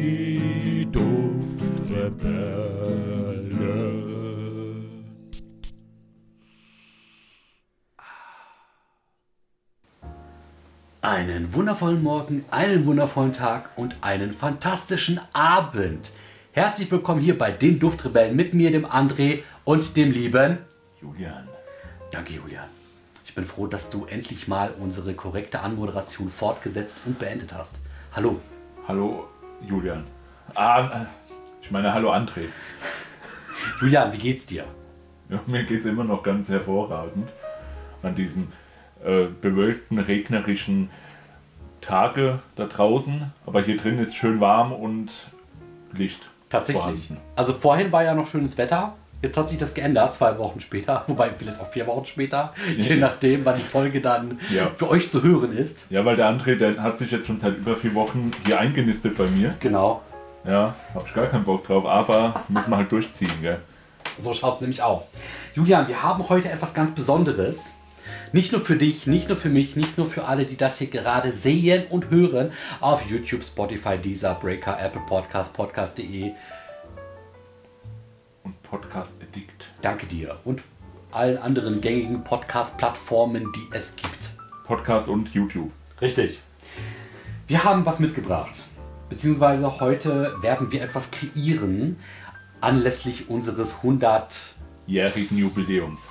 Die Duftrebellen. Einen wundervollen Morgen, einen wundervollen Tag und einen fantastischen Abend. Herzlich willkommen hier bei den Duftrebellen mit mir, dem André und dem lieben Julian. Danke, Julian. Ich bin froh, dass du endlich mal unsere korrekte Anmoderation fortgesetzt und beendet hast. Hallo. Hallo, Julian. Ah, äh, ich meine, hallo, André. Julian, wie geht's dir? Ja, Mir geht es immer noch ganz hervorragend an diesem äh, bewölkten, regnerischen Tage da draußen. Aber hier drin ist schön warm und Licht. Tatsächlich. vorhanden. Also vorhin war ja noch schönes Wetter. Jetzt hat sich das geändert, zwei Wochen später, wobei vielleicht auch vier Wochen später, je nachdem, wann die Folge dann Ja. für euch zu hören ist. Ja, weil der André, der hat sich jetzt schon seit über vier Wochen hier eingenistet bei mir. Genau, Ja, hab ich gar keinen Bock drauf, aber müssen wir halt durchziehen, gell? so schaut es nämlich aus. Julian, wir haben heute etwas ganz Besonderes. Nicht nur für dich, nicht nur für mich, nicht nur für alle, die das hier gerade sehen und hören, auf YouTube, Spotify, Deezer, Breaker, Apple Podcast, Podcast.de. Und Podcast Addict. Danke dir und allen anderen gängigen Podcast-Plattformen, die es gibt. Podcast und YouTube. Richtig. Wir haben was mitgebracht. Beziehungsweise heute werden wir etwas kreieren anlässlich unseres 100-folgigen Jährigen Jubiläums.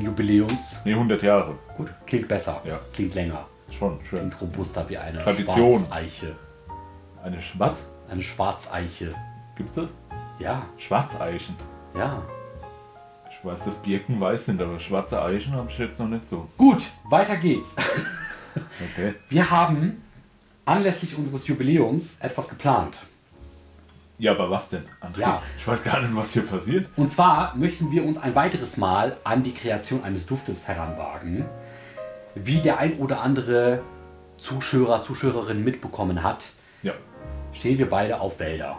Jubiläums. Ne, 100 Jahre. Gut, klingt besser, Ja. klingt länger, Schon, schön. klingt robuster wie eine Tradition. Schwarzeiche. Eine Sch was? Eine Schwarzeiche. Gibt's das? Ja, Schwarzeichen. ja. Ich weiß, dass Birken weiß sind, aber schwarze Eichen habe ich jetzt noch nicht so. Gut, weiter geht's. Okay. Wir haben anlässlich unseres Jubiläums etwas geplant. Ja, aber was denn, André? Ja. Ich weiß gar nicht, was hier passiert. Und zwar möchten wir uns ein weiteres Mal an die Kreation eines Duftes heranwagen. Wie der ein oder andere Zuschauer, Zuschauerin mitbekommen hat, Ja. stehen wir beide auf Wälder.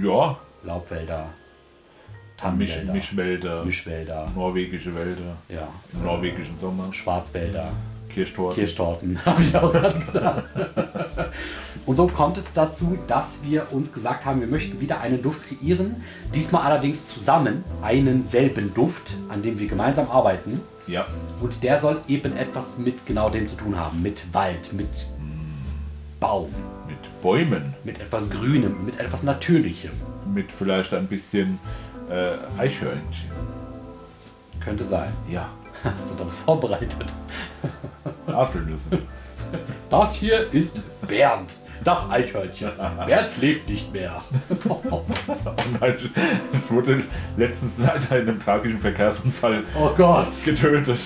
Ja, Laubwälder, Misch Tannenwälder, Mischwälder, Mischwälder, norwegische Wälder, ja, im norwegischen Sommer, Schwarzwälder, Kirschtorten. Kirschtorten, habe ich auch gerade gedacht. Und so kommt es dazu, dass wir uns gesagt haben, wir möchten wieder einen Duft kreieren. Diesmal allerdings zusammen einen selben Duft, an dem wir gemeinsam arbeiten. Ja, Und der soll eben etwas mit genau dem zu tun haben. Mit Wald, mit Baum, mit Bäumen, mit etwas Grünem, mit etwas Natürlichem. mit vielleicht ein bisschen äh, Eichhörnchen. Könnte sein. Ja, Hast du da was vorbereitet? Haselnüsse. Das hier ist Bernd, das Eichhörnchen. Bernd lebt nicht mehr. Oh Nein, es wurde letztens leider in einem tragischen Verkehrsunfall Oh Gott. getötet.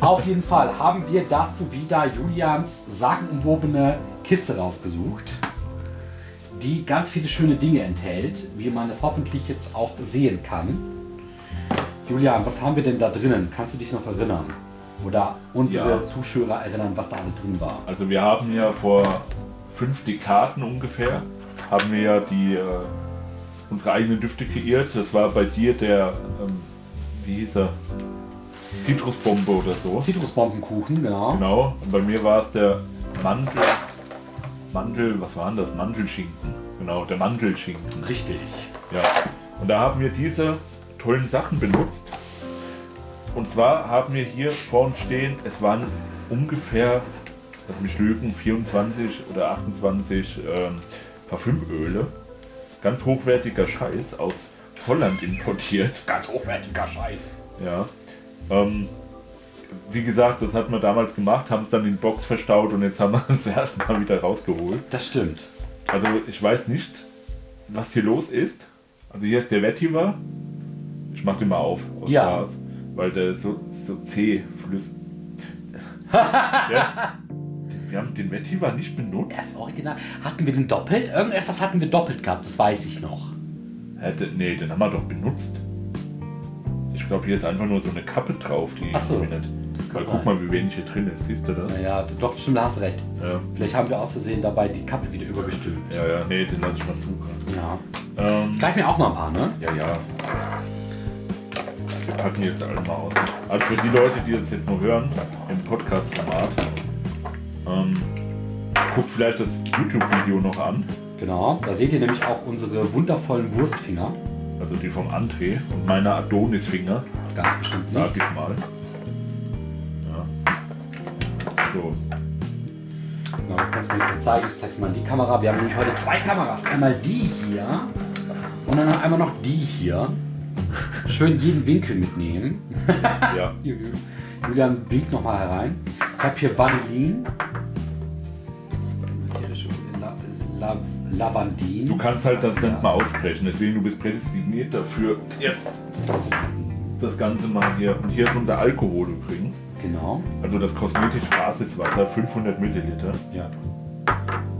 Auf jeden Fall haben wir dazu wieder Julians sagenumwobene Kiste rausgesucht, die ganz viele schöne Dinge enthält, wie man es hoffentlich jetzt auch sehen kann. Julian, was haben wir denn da drinnen? Kannst du dich noch erinnern? Oder unsere Ja. Zuschauer erinnern, was da alles drin war? Also wir haben ja vor fünf Dekaden ungefähr, haben wir ja die, äh, unsere eigenen Düfte kreiert. Das war bei dir der, ähm, wie hieß er, Zitrusbombe oder so. Zitrusbombenkuchen, genau. Genau, und bei mir war es der Mantel, Mantel, was war denn das? Mantelschinken. Genau, der Mantelschinken. Richtig. Ja, und da haben wir diese tollen Sachen benutzt. Und zwar haben wir hier vor uns stehend, es waren ungefähr, lass mich lügen, 24 oder 28 ähm, Parfümöle. Ganz hochwertiger Scheiß aus Holland importiert. Ganz hochwertiger Scheiß. Ja. Ähm, wie gesagt, das hat man damals gemacht, haben es dann in Box verstaut und jetzt haben wir es erstmal wieder rausgeholt. Das stimmt. Also ich weiß nicht, was hier los ist. Also hier ist der Vetiver. Ich mach den mal auf, aus Ja. Spaß. Weil der ist so, so zäh flüssig. Der ist- wir haben den Vetiver nicht benutzt. Das Original. Hatten wir den doppelt? Irgendetwas hatten wir doppelt gehabt, das weiß ich noch. Hätte, nee, den haben wir doch benutzt. Ich glaube, hier ist einfach nur so eine Kappe drauf, die Ach so, kombiniert. kann Weil sein. guck mal, wie wenig hier drin ist. Siehst du das? Naja, doch, stimmt, da hast du recht. Ja, Vielleicht haben wir aus Versehen dabei die Kappe wieder übergestülpt. ja, ja. nee, den lasse ich mal zu. Ja. Ähm, Greif mir auch mal ein paar, ne? Ja, ja. Wir packen jetzt alle mal aus. Also für die Leute, die das jetzt nur hören, im Podcast-Format. Ähm, Guckt vielleicht das YouTube-Video noch an, Genau, da seht ihr nämlich auch unsere wundervollen Wurstfinger. also die vom André und meiner Adonisfinger, Ganz bestimmt sag nicht. ich mal. Ja. So, Genau, du kannst mir kurz zeigen, ich zeig's mal in die Kamera. Wir haben nämlich heute zwei Kameras. Einmal die hier und dann einmal noch die hier. Schön jeden Winkel mitnehmen. ja. Julian winkt nochmal herein. Ich habe hier Vanillin. Tierische La La Lavandin. Du kannst halt das nicht mal aussprechen, deswegen du bist prädestiniert dafür. Jetzt das Ganze mal hier. Und hier ist unser Alkohol übrigens. Genau. Also das kosmetische Basiswasser, 500 Milliliter. Ja.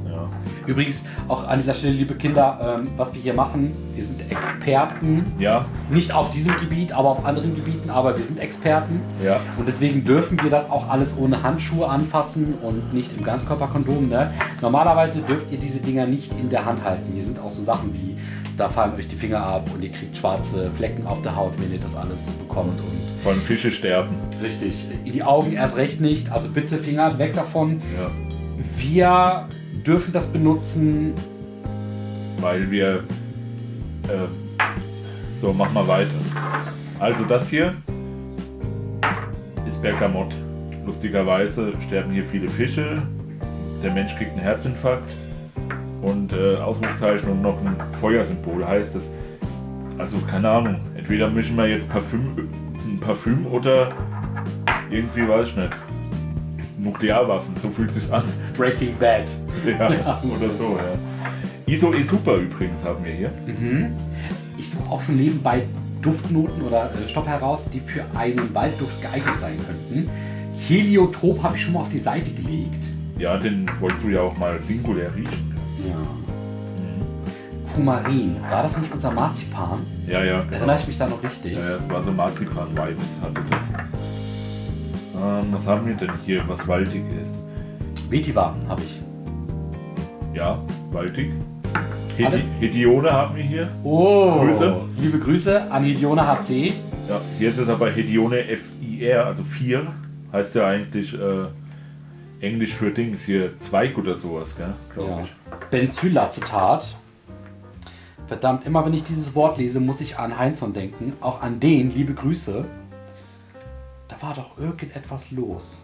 Ja. Übrigens, auch an dieser Stelle, liebe Kinder, ähm, was wir hier machen, wir sind Experten. ja, Nicht auf diesem Gebiet, aber auf anderen Gebieten, aber wir sind Experten. ja, Und deswegen dürfen wir das auch alles ohne Handschuhe anfassen und nicht im Ganzkörperkondom. Ne? Normalerweise dürft ihr diese Dinger nicht in der Hand halten. Hier sind auch so Sachen wie, da fallen euch die Finger ab und ihr kriegt schwarze Flecken auf der Haut, wenn ihr das alles bekommt. Und vor allem Fische sterben. richtig, in die Augen erst recht nicht. Also bitte Finger weg davon. Ja. Wir dürfen das benutzen. Weil wir. Äh, so, mach mal weiter. Also das hier ist Bergamott. Lustigerweise sterben hier viele Fische. Der Mensch kriegt einen Herzinfarkt und äh, Ausrufzeichen und noch ein Feuersymbol heißt es. Also keine Ahnung. Entweder mischen wir jetzt Parfüm, ein Parfüm oder irgendwie weiß ich nicht. Nuklearwaffen, so fühlt sich's an. Breaking Bad. Ja, oder so, ja. ISO ist super übrigens, haben wir hier. Mhm. Ich suche auch schon nebenbei Duftnoten oder äh, Stoffe heraus, die für einen Waldduft geeignet sein könnten. Heliotrop habe ich schon mal auf die Seite gelegt. Ja, den wolltest du ja auch mal singulär riechen. Ja. Kumarin, war das nicht unser Marzipan? Ja, ja, genau. Erinnere ich mich da noch richtig? Ja, es war so Marzipan-Vibes, hatte das. Ähm, was haben wir denn hier, was waldig ist? Vetiver habe ich. Ja, waldig. Alle? Hedi Hedione haben wir hier. Oh! Grüße. Liebe Grüße an Hidione HC. Ja, jetzt ist aber Hedione FIR, also 4. Heißt ja eigentlich äh, Englisch für Dings hier Zweig oder sowas, gell? Glaube Ja. ich. Benzylacetat. Verdammt, immer wenn ich dieses Wort lese, muss ich an Heinzon denken. Auch an den, liebe Grüße. Da war doch irgendetwas los.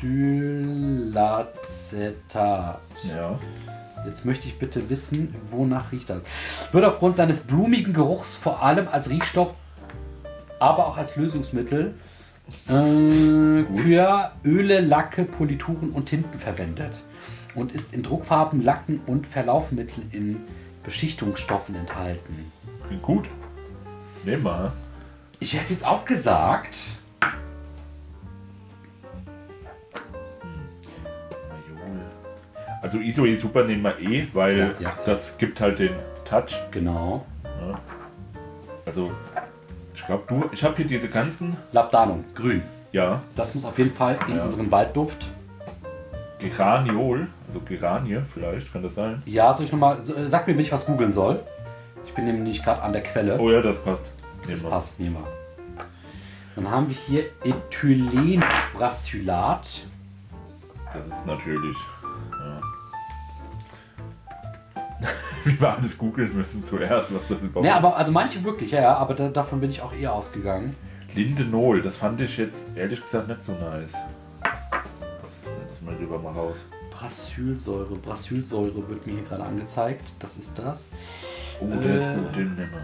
Benzylacetat. Ja. Jetzt möchte ich bitte wissen, wonach riecht das? Wird aufgrund seines blumigen Geruchs vor allem als Riechstoff, aber auch als Lösungsmittel äh, für Öle, Lacke, Polituren und Tinten verwendet und ist in Druckfarben, Lacken und Verlaufmitteln in Beschichtungsstoffen enthalten. Klingt gut. Nehmen wir, hä? Ich hätte jetzt auch gesagt, Also ISO ist super, nehmen wir eh, weil Ja, ja. das gibt halt den Touch. genau, Also ich glaube du, ich habe hier diese ganzen, Labdanum, grün. ja, Das muss auf jeden Fall in Ja. unseren Waldduft. Geraniol, also Geranie vielleicht, kann das sein? Ja, soll ich nochmal, sag mir, wenn ich was googeln soll. Ich bin nämlich gerade an der Quelle. Oh ja, das passt. Nehmen Das wir. passt, nehmen wir. Dann haben wir hier Ethylenbrassylat. Das ist natürlich. Ja. Wie wir alles googeln müssen zuerst, was das überhaupt Ne, ist. aber also manche wirklich, ja, ja, aber da, davon bin ich auch eher ausgegangen. Lindenol, das fand ich jetzt ehrlich gesagt nicht so nice. Das, das mal lieber mal raus. Brasylsäure, Brasylsäure wird mir hier gerade angezeigt. Das ist das. Oh, der ist Äh. gut, den nehmen wir.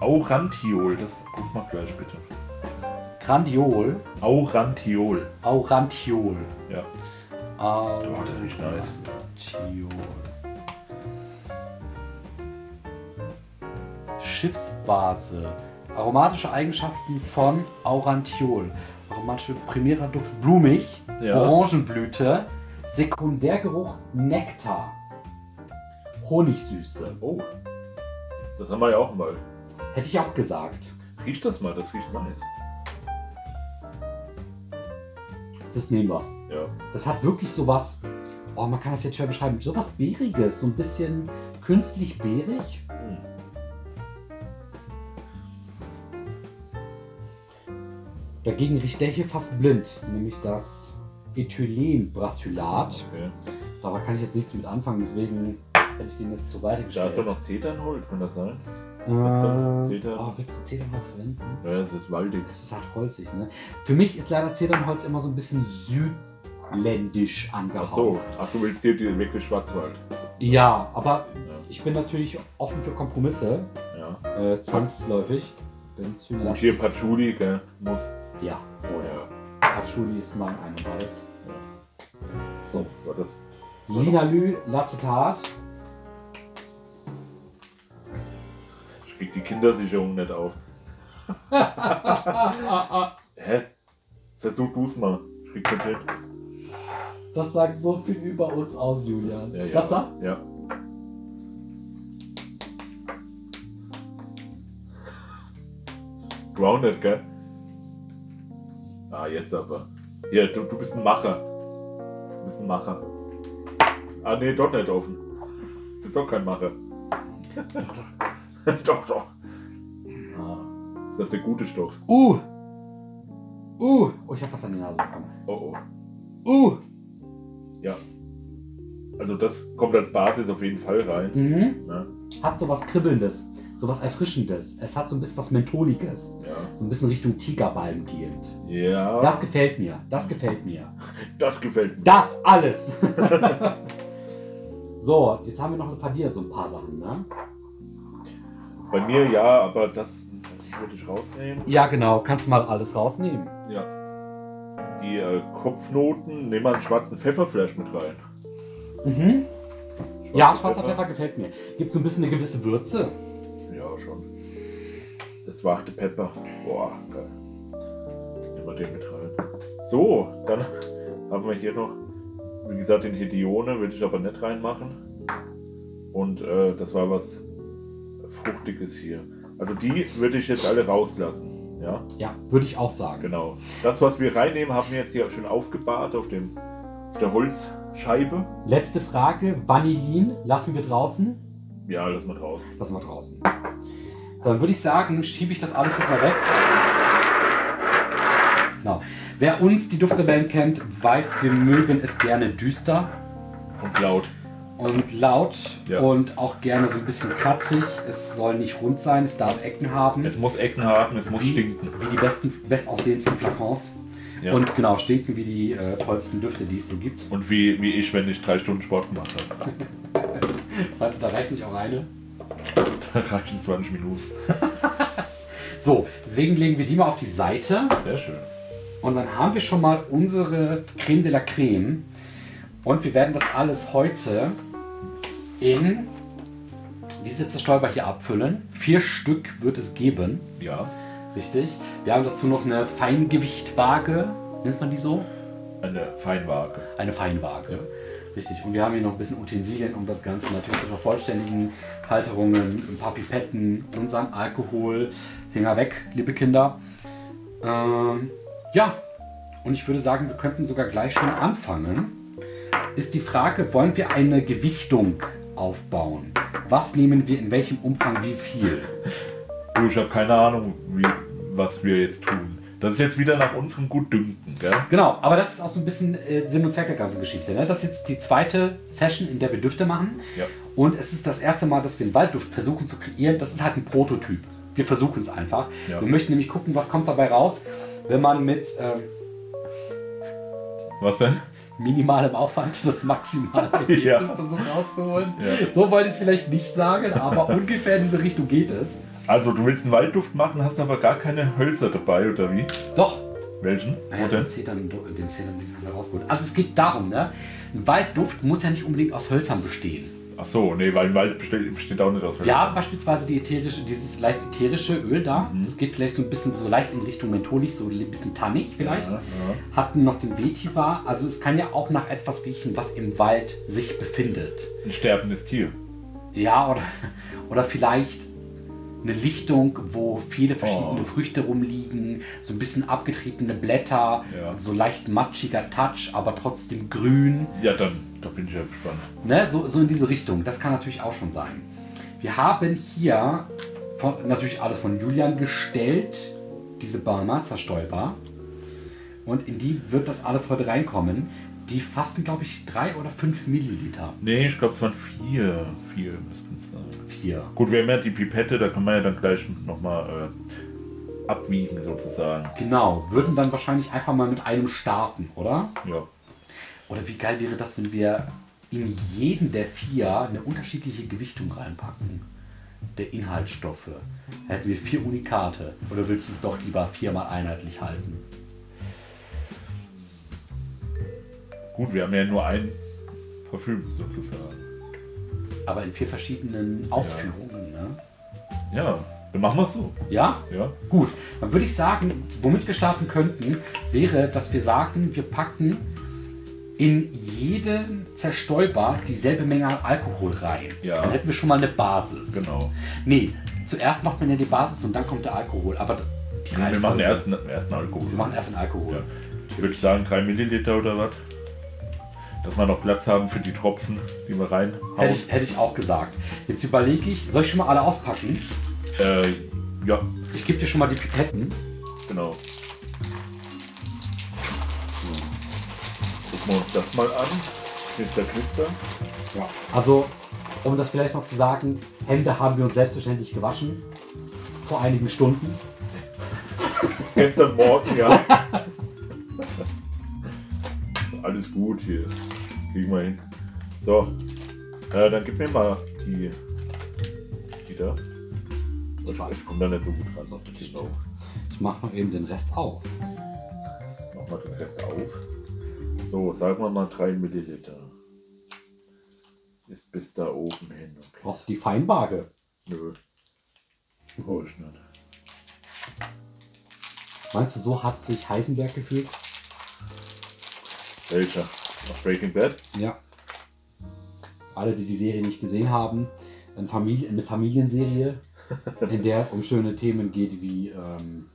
Aurantiol, das guck mal gleich bitte. Grandiol, Aurantiol. Aurantiol. Ja. Oh, Aurantiol. das riecht nice. Schiffsbase. Aromatische Eigenschaften von Aurantiol. Aromatische primärer Duft blumig, Ja. Orangenblüte, Sekundärgeruch Nektar, Honigsüße. Oh. Das haben wir ja auch mal. Hätte ich auch gesagt. Riecht das mal, das riecht nice. Das nehmen wir. Ja. Das hat wirklich sowas, oh, man kann das jetzt schwer beschreiben, sowas Beeriges, so ein bisschen künstlich beerig. Hm. Dagegen riecht der hier fast blind, nämlich das Ethylenbrasylat. Okay. Dabei kann ich jetzt nichts mit anfangen, deswegen hätte ich den jetzt zur Seite Da gestellt. ist doch noch Zedernholz, kann das sein? äh, Zedern. oh, willst du Zedernholz verwenden? Ja, das ist waldig. Das ist halt holzig, ne? Für mich ist leider Zedernholz immer so ein bisschen südländisch Ach so, angehaucht. ach du willst dir die wirklich Schwarzwald. Ja, aber Ja. ich bin natürlich offen für Kompromisse, ja. äh, zwangsläufig. Bin zu Und lasch- hier Patchouli, gell, muss. Ja, Oh ja. Patchouli ist mein Einweis. So, War das Linalü, Lacetat. ich krieg die Kindersicherung nicht auf. Hä? Versuch du's mal. Ich krieg's nicht hin. Das sagt so viel über uns aus, Julian. Ja, ja. Das da? Ja. Du auch nicht, gell? Ah, jetzt aber. Hier, du, du bist ein Macher. Du bist ein Macher. Ah, nee, doch nicht offen. Du bist doch kein Macher. doch, doch. Ah. Ist das der gute Stoff? Uh! Uh! Oh, ich hab was an die Nase bekommen. Oh, oh. Uh! Also, das kommt als Basis auf jeden Fall rein. Mhm. Ne? Hat so was Kribbelndes, so was Erfrischendes. Es hat so ein bisschen was Mentholiges. Ja. So ein bisschen Richtung Tigerbalm gehend. Ja. Das gefällt mir. Das gefällt mir. das gefällt mir. Das alles! so, jetzt haben wir noch ein paar dir, so ein paar Sachen, ne? Bei mir ja, aber das würde ich rausnehmen. Ja, genau. Kannst mal alles rausnehmen. Die äh, Kopfnoten, nehmen wir einen schwarzen Pfeffer vielleicht mit rein. Mhm. Ja, schwarzer Pfeffer gefällt mir. Gibt so ein bisschen eine gewisse Würze. Ja, schon. Das wachte Pepper. Boah, geil. Nehmen wir den mit rein. So, dann haben wir hier noch, wie gesagt, den Hedione, will ich aber nicht reinmachen. Und äh, das war was Fruchtiges hier. Also die würde ich jetzt alle rauslassen. Ja, Ja, würde ich auch sagen. genau. Das, was wir reinnehmen, haben wir jetzt hier schön aufgebahrt auf, dem, auf der Holzscheibe. Letzte Frage: Vanillin lassen wir draußen? Ja, lass mal drauf. Lassen wir draußen. Dann würde ich sagen, schiebe ich das alles jetzt mal weg. Genau. Wer uns die Duftrebellen kennt, weiß, wir mögen es gerne düster Und laut. und laut Ja. und auch gerne so ein bisschen kratzig. Es soll nicht rund sein, es darf Ecken haben. Es muss Ecken haben, es muss wie, stinken. Wie die besten, bestaussehendsten Flakons. Ja. Und genau, stinken wie die äh, tollsten Düfte, die es so gibt. Und wie, wie ich, wenn ich drei Stunden Sport gemacht habe. Falls da reicht nicht auch eine. Reichen 20 Minuten. So, deswegen legen wir die mal auf die Seite. Sehr schön. Und dann haben wir schon mal unsere Creme de la Creme. Und wir werden das alles heute in diese Zerstäuber hier abfüllen. Vier Stück wird es geben, Ja. richtig. Wir haben dazu noch eine Feingewichtwaage, nennt man die so? Eine Feinwaage. Eine Feinwaage, richtig. Und wir haben hier noch ein bisschen Utensilien, um das Ganze natürlich zu vervollständigen. Halterungen, ein paar Pipetten, unseren Alkohol. Finger weg, liebe Kinder. Ähm, ja, und ich würde sagen, wir könnten sogar gleich schon anfangen. Ist die Frage, wollen wir eine Gewichtung aufbauen? Was nehmen wir in welchem Umfang wie viel? Du, ich habe keine Ahnung, wie, was wir jetzt tun. Das ist jetzt wieder nach unserem Gutdünken, gell? Genau, aber das ist auch so ein bisschen äh, Sinn und Zweck der ganzen Geschichte. Ne? Das ist jetzt die zweite Session, in der wir Düfte machen. Ja. Und es ist das erste Mal, dass wir einen Waldduft versuchen zu kreieren. Das ist halt ein Prototyp. Wir versuchen es einfach. Ja. Wir möchten nämlich gucken, was kommt dabei raus, wenn man mit ähm, Was denn? minimalem Aufwand das maximale Ergebnis Ja. versucht rauszuholen. Ja. So wollte ich es vielleicht nicht sagen, aber ungefähr in diese Richtung geht es. Also, du willst einen Waldduft machen, hast aber gar keine Hölzer dabei, oder wie? Doch, Welchen? Naja, Wo denn? den Zedern, den Zedern den haben wir rausgeholt. Also es geht darum, ne? ein Waldduft muss ja nicht unbedingt aus Hölzern bestehen. Ach so, nee, weil ein Wald besteht, besteht auch nicht aus Hölzern. Ja, beispielsweise die ätherische, dieses leicht ätherische Öl da. Mhm. Das geht vielleicht so ein bisschen so leicht in Richtung mentholig, so ein bisschen tannig vielleicht. Ja, ja. Hatten noch den Vetiver. Also es kann ja auch nach etwas riechen, was im Wald sich befindet. Ein sterbendes Tier. Ja, oder, oder vielleicht eine Lichtung, wo viele verschiedene Oh. Früchte rumliegen, so ein bisschen abgetretene Blätter, Ja. so leicht matschiger Touch, aber trotzdem grün. Ja, dann, da bin ich ja gespannt. Ne? So, so in diese Richtung. Das kann natürlich auch schon sein. Wir haben hier von, natürlich alles von Julian gestellt, diese Barmazer-Stolper. Und in die wird das alles heute reinkommen. Die fassen, glaube ich, drei oder fünf Milliliter. Nee, ich glaube, es waren vier. Vier müssten es sein. Vier. Gut, wir haben ja die Pipette, da kann man ja dann gleich nochmal äh, abwiegen sozusagen. Genau, würden dann wahrscheinlich einfach mal mit einem starten, oder? Ja. Oder wie geil wäre das, wenn wir in jeden der vier eine unterschiedliche Gewichtung reinpacken? Der Inhaltsstoffe. Dann hätten wir vier Unikate. Oder willst du es doch lieber viermal einheitlich halten? Gut, wir haben ja nur ein Parfüm sozusagen. Aber in vier verschiedenen Ausführungen, ne? Ja, dann machen wir es so. Ja? Ja. Gut, dann würde ich sagen, womit wir starten könnten, wäre, dass wir sagen, wir packen in jeden Zerstäuber dieselbe Menge an Alkohol rein. Ja. Dann hätten wir schon mal eine Basis. Genau. Nee, zuerst macht man ja die Basis und dann kommt der Alkohol. Aber die Wir Reihenfolge- machen erst, erst einen Alkohol. wir machen erst den Alkohol. Ja. Ich würde sagen, drei Milliliter oder was. Dass wir noch Platz haben für die Tropfen, die wir Hätte, reinhauen. ich, hätte ich auch gesagt. Jetzt überlege ich, soll ich schon mal alle auspacken? Äh, ja, Ich gebe dir schon mal die Pipetten. genau. Gucken wir uns das mal an. Knister, knister. Ja. Also, um das vielleicht noch zu sagen, Hände haben wir uns selbstverständlich gewaschen. Vor einigen Stunden. Gestern Morgen, ja. Alles gut hier. Kriegen wir hin. So, äh, dann gib mir mal die. Die da. Ich, ich komme da nicht so gut ran. Genau. Ich mache noch eben den Rest auf. Mach mal den Rest auf. So, sagen wir mal 3 Milliliter. Ist bis da oben hin. Okay. Brauchst du die Feinwaage? Nö. Brauch ich nicht. Meinst du, so hat sich Heisenberg gefühlt? Welcher? Auf Breaking Bad? Ja. Alle, die die Serie nicht gesehen haben, eine, Familie, eine Familienserie, in der es um schöne Themen geht wie ähm,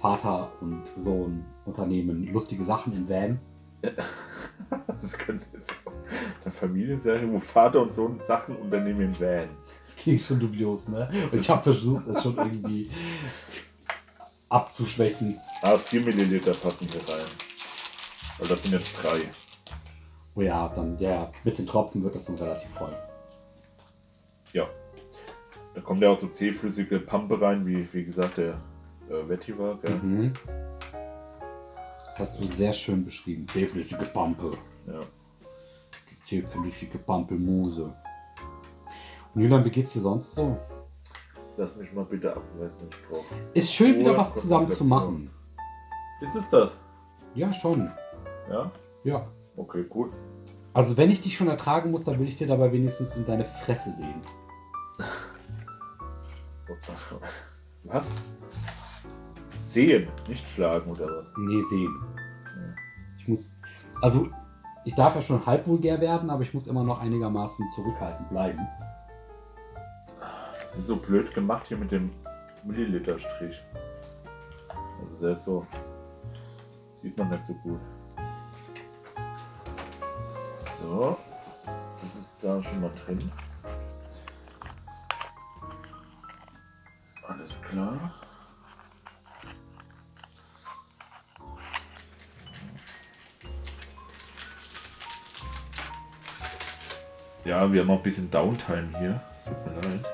Vater und Sohn, Unternehmen, lustige Sachen im Van. Das könnte jetzt auch eine Familienserie, wo Vater und Sohn Sachen unternehmen im Van. Das klingt schon dubios, ne? Und ich habe versucht, das schon irgendwie abzuschwächen. Ah, 4 Milliliter passen wir rein. Weil das sind jetzt 3. Oh ja, dann, ja, mit den Tropfen wird das dann relativ voll. Da kommt ja auch so zähflüssige Pampe rein, wie, wie gesagt der äh, Vetti war. Gell? Mhm. Das hast du sehr schön beschrieben. Zähflüssige Pampe. Ja. Die zähflüssige Pampelmuse. Und Julian, wie geht's dir sonst so? Lass mich mal bitte abmessen. Ich brauch. Ist schön, wieder Oh, was zusammen zu machen. Ist es das? Ja, schon. Ja? Ja. Okay, gut. Also, wenn ich dich schon ertragen muss, dann will ich dir dabei wenigstens in deine Fresse sehen. Was? Sehen, nicht schlagen oder was? Nee, sehen. Ich muss. Also, ich darf ja schon halb vulgär werden, aber ich muss immer noch einigermaßen zurückhaltend bleiben. Das ist so blöd gemacht hier mit dem Milliliterstrich. Also der ist so. Sieht man nicht so gut. So. Das ist da schon mal drin. Alles klar. Ja, wir haben auch ein bisschen Downtime hier. Es tut mir leid.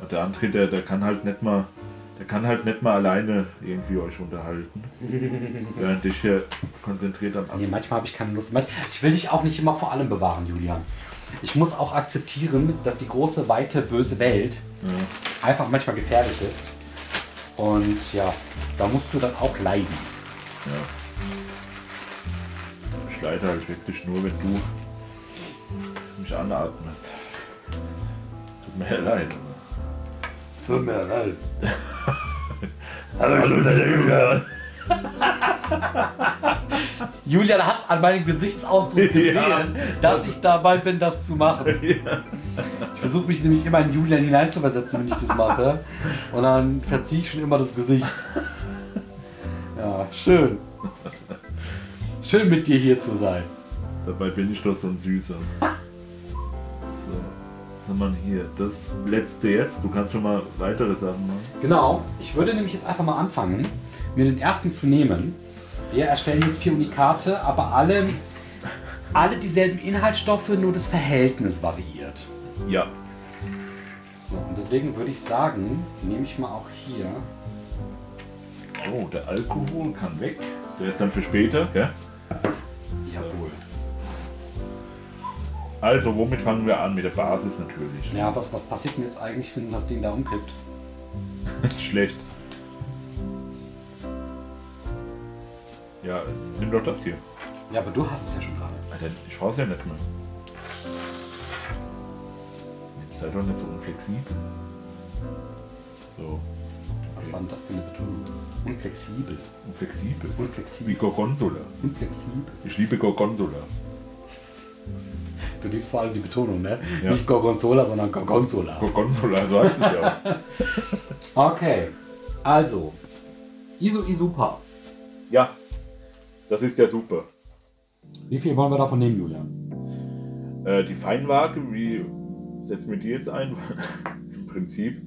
Und der André, der, der kann halt nicht mal, der kann halt nicht mal alleine irgendwie euch unterhalten. während ich hier konzentriert am Oh Nee, Ab. manchmal habe ich keine Lust. Manch- Ich will dich auch nicht immer vor allem bewahren, Julian. Ich muss auch akzeptieren, dass die große, weite, böse Welt Ja, einfach manchmal gefährlich ist. Und ja, da musst du dann auch leiden. ja. Ich leide halt wirklich nur, wenn du mich anatmest. Tut mir ja leid. Für mir leid. Hallo, Julian. Julian hat an meinem Gesichtsausdruck gesehen, Ja. dass ich dabei bin, das zu machen. Ich versuche mich nämlich immer in Julian hineinzuversetzen, wenn ich das mache. Und dann verziehe ich schon immer das Gesicht. Ja, schön. Schön mit dir hier zu sein. Dabei bin ich doch so ein Süßer. So, was haben wir denn hier? Das letzte jetzt. Du kannst schon mal weitere Sachen machen. Genau, ich würde nämlich jetzt einfach mal anfangen mir den ersten zu nehmen. Wir erstellen jetzt vier Unikate, aber alle, alle dieselben Inhaltsstoffe, nur das Verhältnis variiert. Ja. So, und deswegen würde ich sagen, nehme ich mal auch hier. So, Oh, der Alkohol kann weg. Der ist dann für später, ja? Jawohl. Also, womit fangen wir an? Mit der Basis natürlich. Ja, was, was passiert denn jetzt eigentlich, wenn das Ding da umkippt? Das ist schlecht. Ja, nimm doch das hier. Ja, aber du hast es ja schon gerade. Alter, ich brauch's ja nicht mehr. Jetzt sei doch nicht so unflexibel. So, Was war denn das für eine Betonung? Unflexibel. unflexibel. Wie Unflexibel. Gorgonzola. Unflexibel. Ich liebe Gorgonzola. Du liebst vor allem die Betonung, ne? Ja. Nicht Gorgonzola, sondern Gorgonzola. Gorgonzola, so heißt es ja auch. Okay, also. Iso Isupa. Ja, das ist ja super. Wie viel wollen wir davon nehmen, Julian? Äh, die Feinwaage, wie setzen wir die jetzt ein? Im Prinzip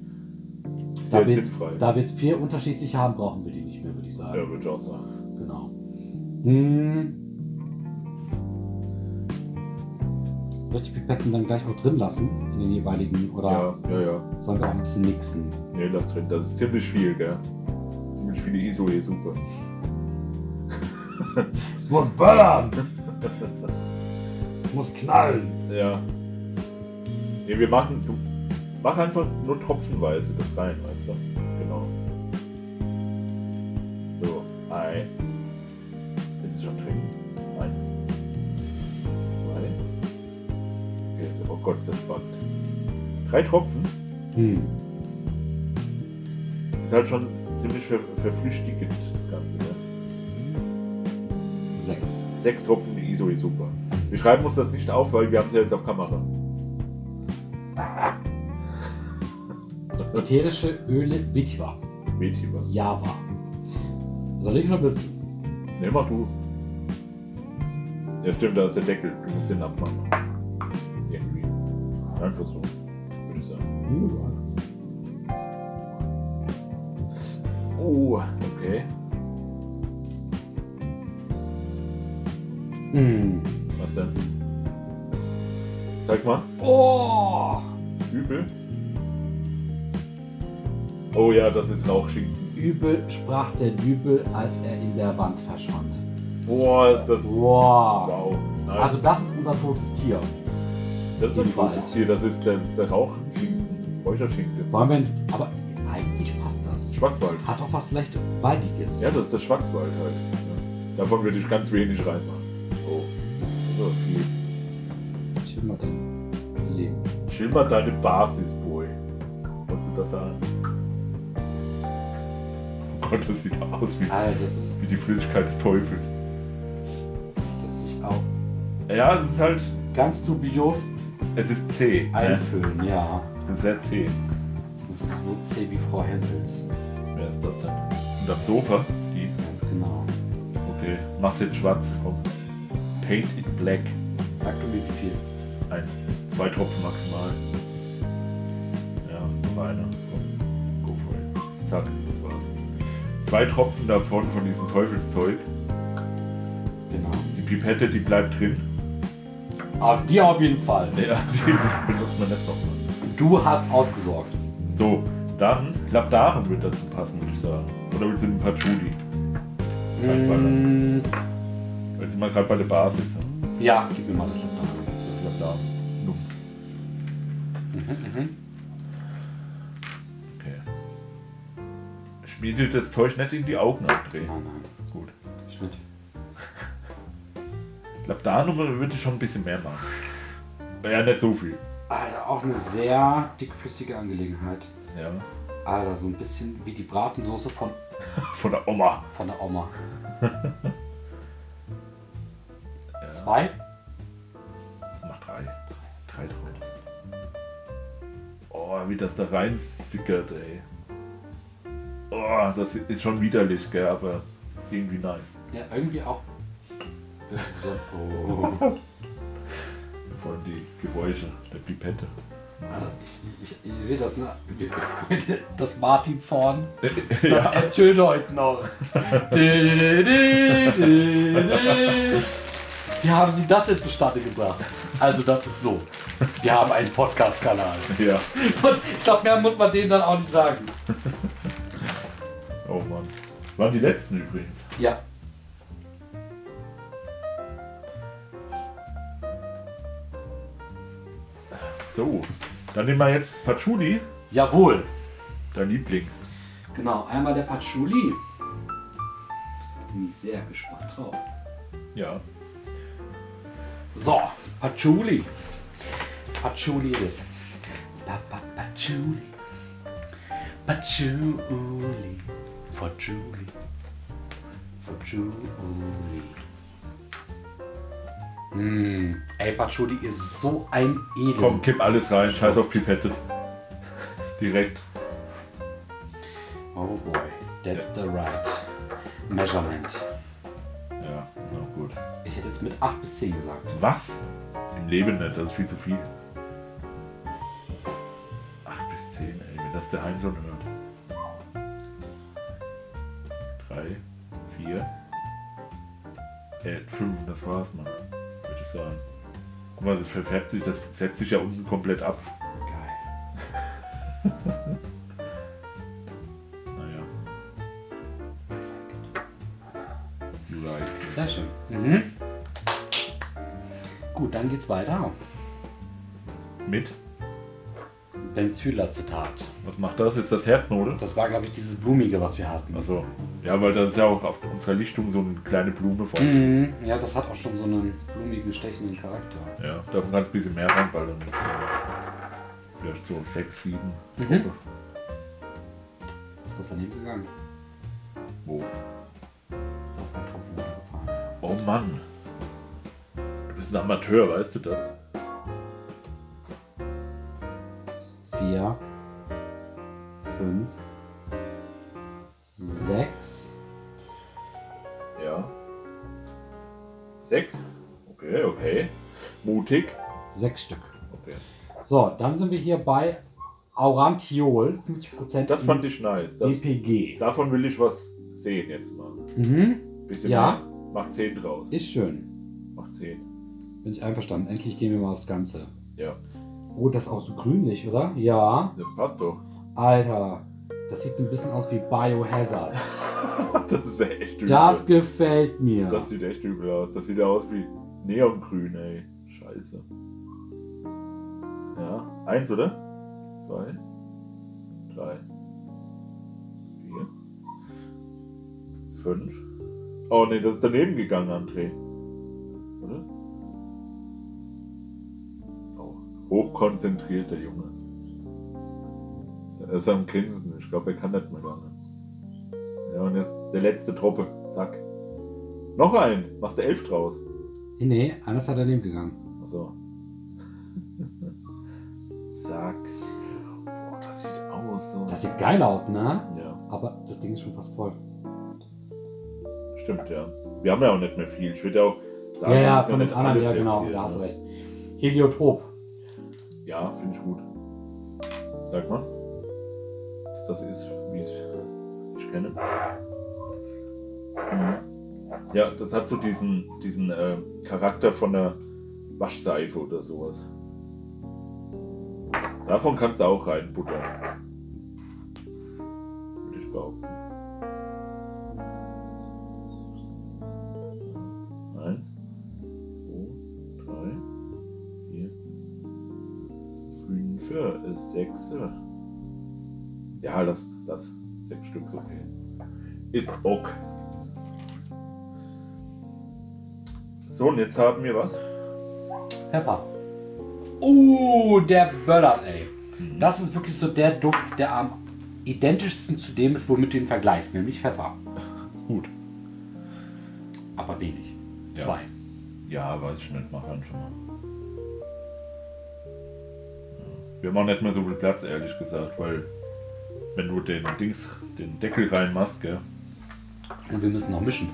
ist Da die wir, jetzt frei. da wir jetzt vier unterschiedliche haben, brauchen wir die nicht mehr, würde ich sagen. Ja, würde ich auch sagen. Genau. Hm. Soll ich die Pipetten dann gleich noch drin lassen? In den jeweiligen? Oder Ja, ja, ja. sollen wir auch ein bisschen mixen? Nee, lass drin. Das ist ziemlich viel, gell? Ziemlich viele ISO-E-Super. Es muss böllern! es muss knallen! Ja. Nee, wir machen. Du, mach einfach nur tropfenweise das rein, weißt du? Genau. So, ein. Ist es schon drin? Eins. Zwei. Okay, jetzt, oh Gott, ist das spannend. Drei Tropfen Hm. ist halt schon ziemlich ver verflüchtigend, das Ganze, ne? Sechs. Sechs Tropfen die ISO ist super. Wir schreiben uns das nicht auf, weil wir haben es ja jetzt auf Kamera. Ätherische Öle Vitva. Mädchen was. Java. Soll ich oder willst du? Ne, mach du. Ja, stimmt, da ist der Deckel. Du musst den abmachen. Irgendwie. Einfach so. Würde ich sagen. Oh, okay. Hm. Was denn? Sag mal. Oh! Übel. Oh ja, das ist Rauchschinken. Übel sprach der Dübel, als er in der Wand verschwand. Boah, ist das. Wow. Wow. Nein, Also das ist unser totes Tier. das ist ein jedenfalls. gutes Tier. Das ist der, der Rauchschinken. Räucherschinken. Wollen wir... Aber eigentlich passt das. Schwarzwald. Hat doch was vielleicht Waldiges. Ja, das ist der Schwarzwald halt. Ja. Davon würde ich ganz wenig reinmachen. Oh. So viel. Ich will mal das Leben. Chill mal deine Basis, Boy. Wolltest du das sagen? Oh Gott, das sieht aus wie, Alter, das ist... wie die Flüssigkeit des Teufels. Das sich auch Ja, es ist halt. ganz dubios Es ist zäh. ne? einfüllen, ja. Es ist sehr zäh. Das ist so zäh wie Frau Hempels. Wer ist das denn? Und am Sofa? Die. Ganz genau. Okay. Mach's jetzt schwarz. Komm. Paint it black. Sag du mir wie viel. Ein, zwei Tropfen maximal. Ja, noch einer. Komm, go for it. Zack, das war's. Zwei Tropfen davon von diesem Teufelszeug. Genau. Die Pipette, die bleibt drin. Aber dir auf jeden Fall. Ja, die benutzt man nicht nochmal. Du hast ausgesorgt. So, dann Labdaren wird dazu passen, würde ich sagen. Oder willst du ein paar Judy? Reinballern. Mm, Jetzt sind wir gerade bei der Basis. ja. ja, gib mir mal das Laptop. Das Labdaren. Numm. Okay. Schmiedet das Zeug nicht in die Augen abdrehen. Nein, nein. Gut. Schnitt. Ich glaube, da Nummer würde ich schon ein bisschen mehr machen. Ja, nicht so viel. Alter, auch eine sehr dickflüssige Angelegenheit. Ja. Alter, so ein bisschen wie die Bratensoße von, Von der Oma. von der Oma. Zwei? Mach drei. Drei draus. Oh, wie das da rein sickert, ey. Oh, das ist schon widerlich, gell, aber irgendwie nice. Ja, irgendwie auch. So, oh. Vor allem die Geräusche der Pipette. Also ich, ich, ich sehe das, ne? Das Martinshorn. Das Ja. ertönt heute noch. Wie haben Sie das denn zustande gebracht? Also das ist so. Wir haben einen Podcast-Kanal. ja. Und ich glaube, mehr muss man denen dann auch nicht sagen. Oh Mann. Waren die letzten übrigens. Ja. So. Dann nehmen wir jetzt Patchouli, Jawohl. dein Liebling. Genau, einmal der Patchouli. Bin ich sehr gespannt drauf. Ja. So, Patchouli. Patchouli ist. Pa -pa Patchouli. Patchouli. Patchouli. Patchouli. Hm, ey, Patchouli ist so ein Edel. Komm, kipp alles rein. Scheiß auf Pipette. Direkt. Oh boy, that's the right measurement. Ja, na gut. Ich hätte jetzt mit 8 bis 10 gesagt. Was? Im Leben nicht, das ist viel zu viel. 8 bis 10, ey, wenn das der Heimsohn hört. 3, 4, äh, 5, das war's, Mann. Würde ich sagen. Guck mal, das verfärbt sich, das setzt sich ja unten komplett ab. Geil. Naja. You like Sehr this. schön. Mhm. Gut, dann geht's weiter. Mit? Benzylacetat. Was macht das? Ist das Herznote? Das war, glaube ich, dieses Blumige, was wir hatten. Achso. Ja, weil das ist ja auch auf unserer Lichtung so eine kleine Blume von. Mhm. Ja, das hat auch schon so einen blumigen, stechenden Charakter. Ja, davon kannst du ein bisschen mehr reinballern. Jetzt, äh, Vielleicht so 6, 7 Mhm. Gruppe. Ist das daneben gegangen? Wo? Da ist ein Tropfen runtergefallen. Oh Mann. Du bist ein Amateur, weißt du das? Vier. Fünf. Sechs. Ja. 6? Okay, okay. Mutig. Sechs Stück. Okay. So, dann sind wir hier bei Aurantiol. 50% Das fand ich nice. Das, DPG. davon will ich was sehen jetzt mal. Mhm. Bisschen Ja. mehr. Mach 10 draus. Ist schön. Mach 10. Bin ich einverstanden. Endlich gehen wir mal aufs Ganze. Ja. Oh, das ist auch so grünlich, oder? Ja. Das passt doch. Alter, das sieht so ein bisschen aus wie Biohazard. Das ist ja echt übel. Das gefällt mir. Das sieht echt übel aus. Das sieht ja aus wie Neongrün, ey. Scheiße. Ja, eins, oder? Zwei, drei, vier, fünf. Oh ne, das ist daneben gegangen, André. Oder? Oh, hochkonzentriert, der Junge. Er ist am Grinsen. Ich glaube, er kann nicht mehr lange. Ja, und jetzt der letzte Truppe. Zack. Noch ein. Machst du elf draus. nee, anders hat er daneben gegangen. Achso. Zack. Boah, das sieht aus. So. Das sieht geil aus, ne? ja, Aber das Ding ist schon fast voll. stimmt, ja. Wir haben ja auch nicht mehr viel. Ich würde ja auch. da ja, ja, muss von man den nicht anderen, alles ja jetzt genau, hier, da hast du ne? recht. Heliotrop. Ja, finde ich gut. Sag mal. Was das ist, wie es ich kenne. Mhm. Ja, das hat so diesen, diesen äh, Charakter von einer Waschseife oder sowas. Davon kannst du auch reinbuttern. Würde ich behaupten. Eins, zwei, drei, vier, Fünfe, äh, sechse. Ja, lass, lass. Sechs Stück ist okay. Ist ok. So, und jetzt haben wir was? Pfeffer. Oh, der böllert, ey. Das ist wirklich so der Duft, der am identischsten zu dem ist, womit du ihn vergleichst, nämlich Pfeffer. Gut. Aber wenig. Ja. Zwei. Ja, weiß ich nicht, mach dann schon mal. Wir haben auch nicht mehr so viel Platz, ehrlich gesagt, weil wenn du den Dings, den Deckel reinmachst, gell? Und wir müssen noch mischen.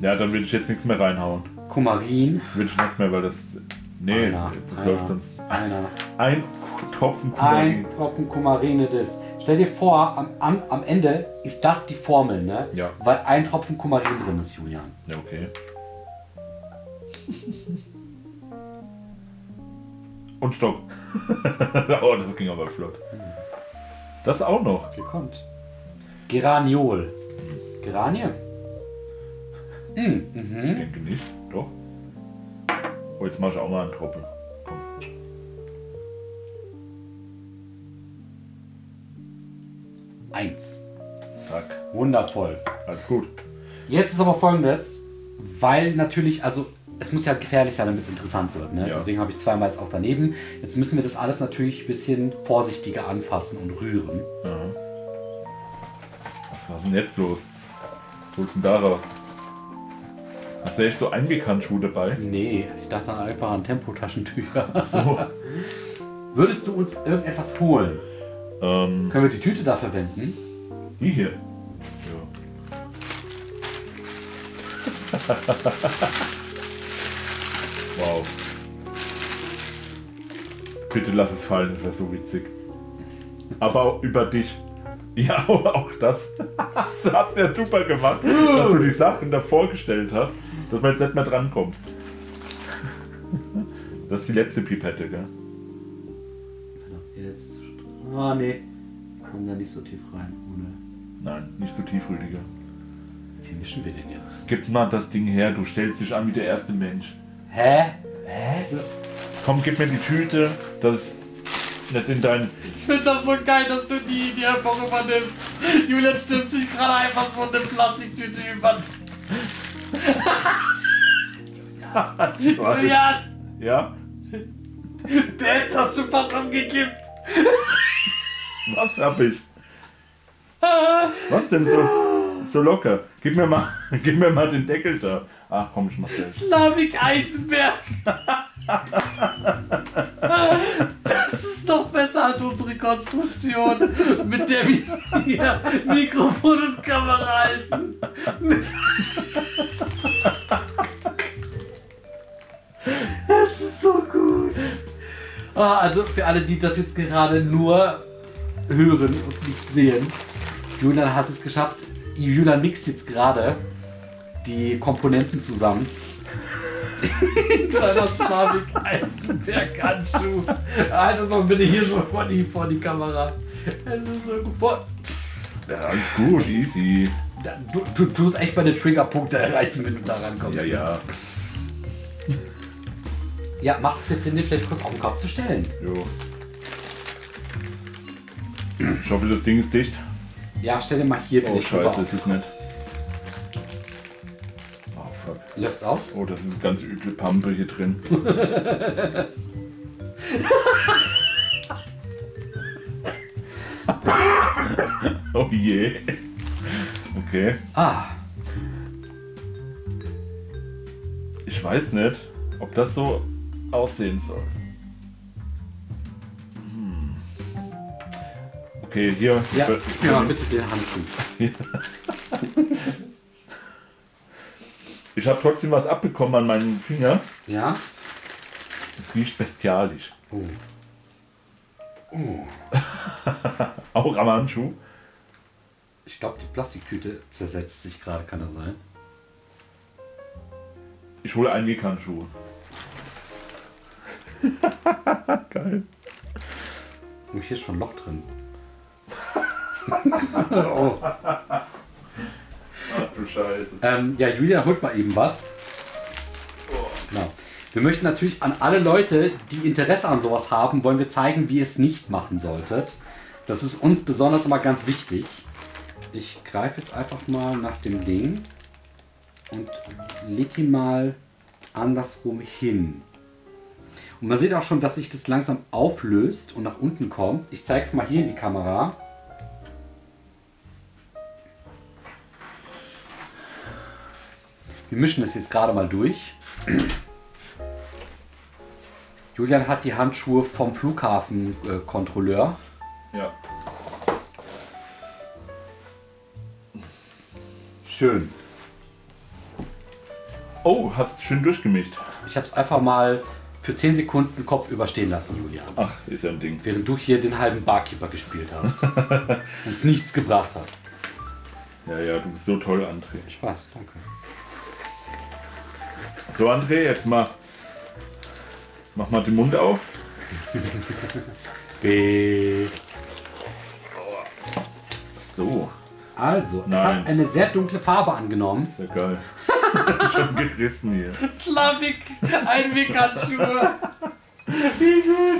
Ja, dann will ich jetzt nichts mehr reinhauen. Kumarin. Will ich nicht mehr, weil das Nee, Einer, das einer, läuft sonst. Einer. Ein Tropfen Ein Kumarin. Tropfen Kumarine des. Stell dir vor, am, am, am Ende ist das die Formel, ne? Ja. Weil ein Tropfen Kumarin drin ist, Julian. Ja, okay. Und stopp. oh, das ging aber flott. Das auch noch. Hier kommt. Geraniol. Geranie? Ich denke nicht. Doch. Oh, jetzt mach ich auch mal einen Tropfen. Komm. Eins. Zack. Wundervoll. Alles gut. Jetzt ist aber folgendes, weil natürlich, also es muss ja gefährlich sein, damit es interessant wird. Ne? Ja. Deswegen habe ich zweimal jetzt auch daneben. Jetzt müssen wir das alles natürlich ein bisschen vorsichtiger anfassen und rühren. Aha. Was ist denn jetzt los? Was holst du denn da raus? Hast du echt so Einweghandschuhe dabei? Nee, ich dachte an einfach an Tempotaschentücher. So. Würdest du uns irgendetwas holen? ähm, Können wir die Tüte da verwenden? die hier. Ja. wow. Bitte lass es fallen, das wäre so witzig. Aber auch über dich. Ja, auch das. Das hast du ja super gemacht, dass du die Sachen da vorgestellt hast, dass man jetzt nicht mehr drankommt. Das ist die letzte Pipette, gell? Ah, nee. Kommen da nicht so tief rein. Ohne. Nein, nicht so tief, Rüdiger. Wie mischen wir denn jetzt? Gib mal das Ding her, du stellst dich an wie der erste Mensch. Hä? Hä? Das ist Komm, gib mir die Tüte, dass es nicht in dein. Ich finde das so geil, dass du die Idee einfach übernimmst. Julian stimmt sich gerade einfach so eine Plastiktüte über. Julian, Ja? jetzt hast du fast umgekippt. Was hab ich? Ah. Was denn so, so locker? Gib mir, mal, gib mir mal den Deckel da. Ach komm, ich mach selbst. Slavik Eisenberg. Das ist doch besser als unsere Konstruktion, mit der wir hier Mikrofon und Kamera halten. Das ist so gut. Ah, also für alle, die das jetzt gerade nur hören und nicht sehen, Julian hat es geschafft. Julian mixt jetzt gerade die Komponenten zusammen. In seiner Slavic Eisenberg Handschuh. Halt das mal bitte hier so vor die, vor die Kamera. Es ist so gut. Boah, Ja, alles gut, easy. da- Du, du tust echt meine Triggerpunkte erreichen, wenn du da rankommst. Ja, ja. ja macht es jetzt Sinn, den vielleicht kurz auf den Kopf zu stellen? Jo. Ich hoffe, das Ding ist dicht. Ja, stell dir mal hier Oh vielleicht scheiße, rüber. es ist nicht. Oh fuck. Läuft's aus? Oh, das ist eine ganz üble Pampe hier drin. oh je. Okay. Ah, Ich weiß nicht, ob das so aussehen soll. Hm. Okay, hier. ja. Ich- Ja, bitte den Handschuh. Ich habe trotzdem was abbekommen an meinem Finger. Ja? Es riecht bestialisch. Oh. Auch am Handschuh. Ich glaube, die Plastiktüte zersetzt sich gerade, kann das sein? Ich hole Einweghandschuhe. Geil. Und hier ist schon ein Loch drin. oh. Ach du Scheiße. ähm, ja, Julia, holt mal eben was. Genau. Wir möchten natürlich an alle Leute, die Interesse an sowas haben, wollen wir zeigen, wie ihr es nicht machen solltet. Das ist uns besonders immer ganz wichtig. Ich greife jetzt einfach mal nach dem Ding und leg ihn mal andersrum hin. Und man sieht auch schon, dass sich das langsam auflöst und nach unten kommt. Ich zeige es mal hier in die Kamera. Wir mischen das jetzt gerade mal durch. Julian hat die Handschuhe vom Flughafenkontrolleur. Ja. Schön. Oh, hast schön durchgemischt. Ich habe es einfach mal für 10 Sekunden Kopf überstehen lassen, Julian. Ach, ist ja ein Ding. Während du hier den halben Barkeeper gespielt hast. Und es nichts gebracht hat. Ja, ja, du bist so toll, André. Spaß, danke. So, André, jetzt mal. Mach mal den Mund auf. B. So. Also, es Nein. hat eine sehr dunkle Farbe angenommen. Ist ja geil. Schon gerissen hier. Slavik, Einweghandschuhe.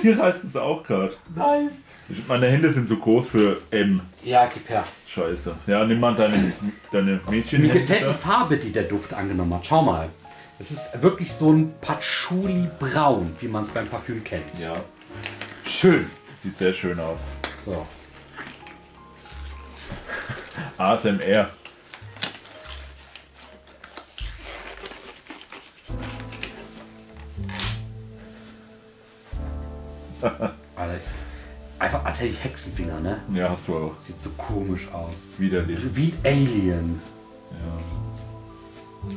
Hier reißt es auch gerade. Nice. Meine Hände sind zu groß für M. Ja, gib her. Scheiße. Ja, nimm mal deine, deine Mädchen. Mir gefällt die Farbe, die der Duft angenommen hat. Schau mal. Es ist wirklich so ein Patchouli-Braun, wie man es beim Parfüm kennt. Ja, Schön. sieht sehr schön aus. So. ASMR. Alles. Einfach als hätte ich Hexenfinger, ne? Ja, hast du auch. Sieht so komisch aus. Widerlich. Wie ein Alien. Ja,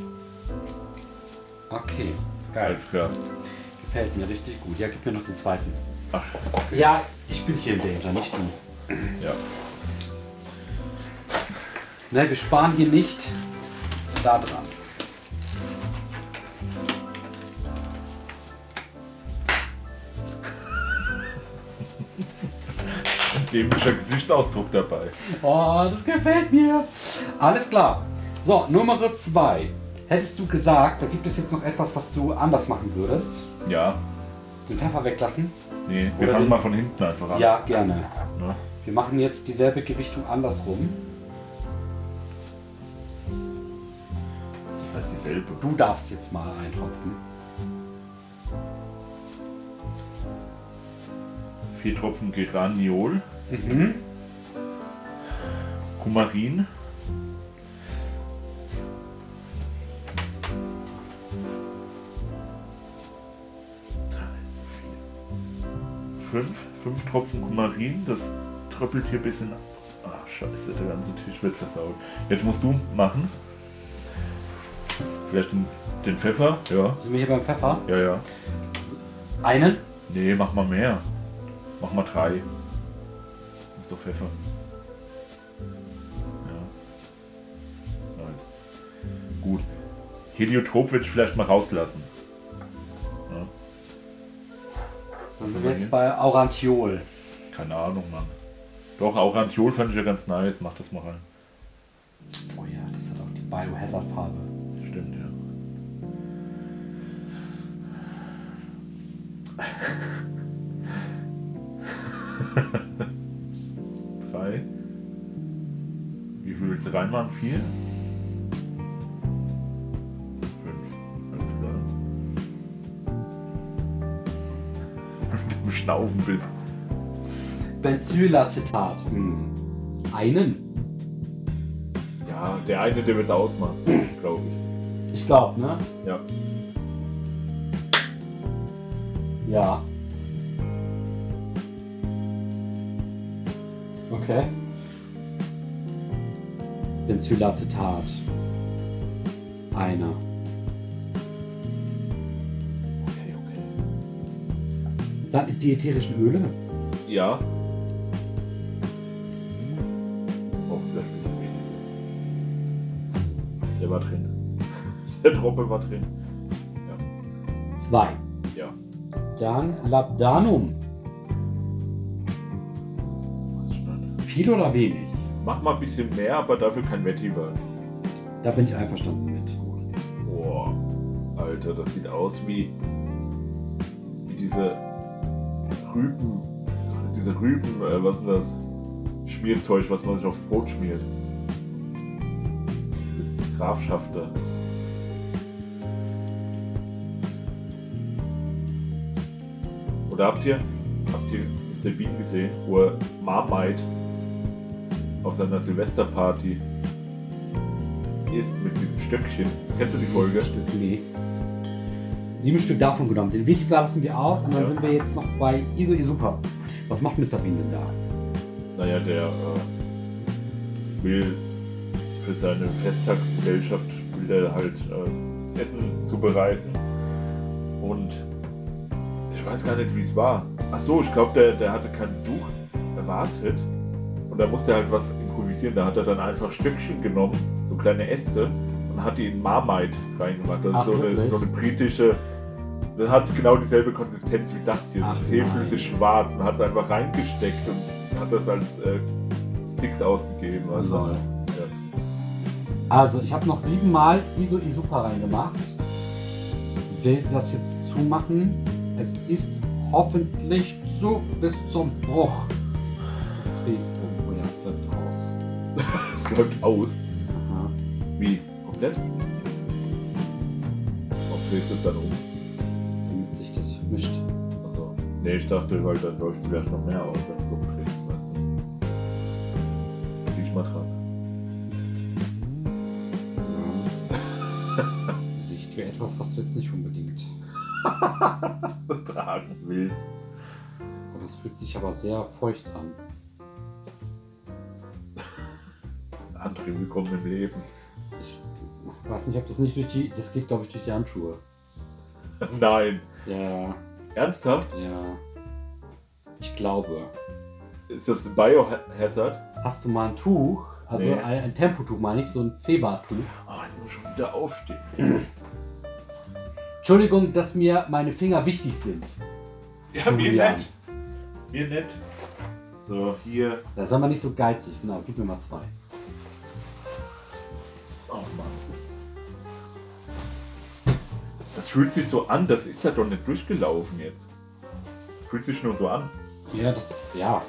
Okay. Geil. alles klar. Gefällt mir richtig gut. Ja, gib mir noch den zweiten. Ach, Ja, ich bin hier in Danger, nicht du. ja. Ne, wir sparen hier nicht da dran. Dämlicher Gesichtsausdruck dabei. Oh, das gefällt mir. Alles klar. So, Nummer zwei. Hättest du gesagt, da gibt es jetzt noch etwas, was du anders machen würdest? Ja, Den Pfeffer weglassen? nee, wir Oder fangen den- mal von hinten einfach an. Ja, gerne. Ne? Wir machen jetzt dieselbe Gewichtung andersrum. Das heißt dieselbe. Du darfst jetzt mal eintropfen. Vier Tropfen Geraniol, Mhm. Kumarin. Fünf, fünf Tropfen Kumarin, das tröppelt hier ein bisschen. Ach, scheiße, der ganze Tisch wird versaut. Jetzt musst du machen. Vielleicht den, den Pfeffer? Ja. Sind wir hier beim Pfeffer? Ja, ja. Einen? Nee, mach mal mehr. Mach mal drei. Ist doch Pfeffer. Ja. Nice. Gut. Heliotrop würde ich vielleicht mal rauslassen. Ja. Dann Was sind haben wir wir jetzt hier? bei Aurantiol. Keine Ahnung, Mann. Doch, auch Antiol fand ich ja ganz nice. Mach das mal rein. Oh ja, das hat auch die Biohazard-Farbe. Stimmt, ja. Drei. Wie viel willst du reinmachen? Vier? Fünf. Alles klar. Wenn du im Schnaufen bist. Benzylacetat. Mhm. Einen? Ja, der eine, der wird laut machen, glaube ich. Ich glaube, ne? Ja. Ja. Okay. Benzylacetat. Einer. Okay, okay. Dann die ätherischen Öle. Ja. Oh, vielleicht ein bisschen weniger. Der war drin. Der Tropfen war drin. Zwei. Ja. Dann Labdanum. Weiß ich nicht. Viel oder wenig? Mach mal ein bisschen mehr, aber dafür kein Vetiver. Da bin ich einverstanden mit. Boah. Alter, das sieht aus wie. wie diese. Rüben. Diese Rüben, äh, was ist das? Schmierzeug, was man sich aufs Brot schmiert. Grafschafter. Oder habt ihr, habt ihr Mr. Bean gesehen, wo er Marmite auf seiner Silvesterparty isst mit diesem Stöckchen? Kennst du die Folge? Sieben Stück, nee. Sieben Stück davon genommen. Den Vetiver lassen wir aus und dann Ja. sind wir jetzt noch bei Iso Isupa. Was macht Mr. Bean denn da? Naja, der äh, will für seine Festtagsgesellschaft will er halt äh, Essen zubereiten und Ich weiß gar nicht, wie es war. Ach so, ich glaube, der, der hatte keinen Besuch erwartet. Und da musste er halt was improvisieren. Da hat er dann einfach Stückchen genommen, so kleine Äste, und hat die in Marmite reingemacht. Das Ach, ist so eine, wirklich? so eine britische. Das hat genau dieselbe Konsistenz wie das hier. Ach, das ist nein. heflüssig schwarz und hat es einfach reingesteckt und hat das als äh, Sticks ausgegeben. Also, Lol. ja. Also, ich habe noch siebenmal ISO ISUPA reingemacht. Will das jetzt zumachen. Es ist hoffentlich zu bis zum Bruch. Jetzt drehe ich es irgendwo, Oh ja, es läuft aus. Das läuft aus. Aha. Wie? Komplett? Warum drehst du es dann um? Damit sich das vermischt. Also, nee, ich dachte, weil dann läuft vielleicht noch mehr aus, wenn du so kriegst, weißt du. Sieh ich mal dran. Riecht wie etwas, was du jetzt nicht unbedingt. Tragen willst. Aber es fühlt sich aber sehr feucht an. André, willkommen im Leben. Ich weiß nicht, ob das nicht durch die. Das geht, glaube ich, durch die Handschuhe. Nein. Ja, Ernsthaft? ja. Ich glaube. Ist das ein Biohazard? Hast du mal ein Tuch? Also Nee. ein, ein Tempotuch, meine ich, so ein Zebra-Tuch. Ah, ich muss schon wieder aufstehen. Entschuldigung, dass mir meine Finger wichtig sind. Ja, mir Julian. nett. Mir nett. So, hier. Da sei mal nicht so geizig. Genau, gib mir mal zwei. Oh Mann. Das fühlt sich so an, das ist ja doch nicht durchgelaufen jetzt. Fühlt sich nur so an. Ja, das, ja,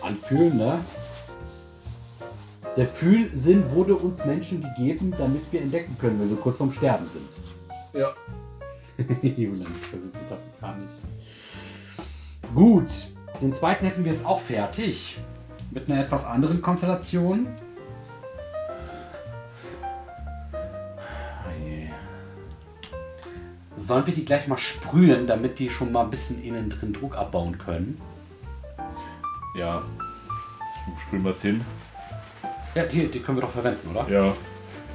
anfühlen, ne? Der Fühlsinn wurde uns Menschen gegeben, damit wir entdecken können, wenn wir kurz vorm Sterben sind. Ja. Julian, ich versuche das gar nicht. Gut, den zweiten hätten wir jetzt auch fertig. Mit einer etwas anderen Konstellation. Sollen wir die gleich mal sprühen, damit die schon mal ein bisschen innen drin Druck abbauen können? Ja. Ich spül mal hin. Ja, die, die können wir doch verwenden, oder? Ja.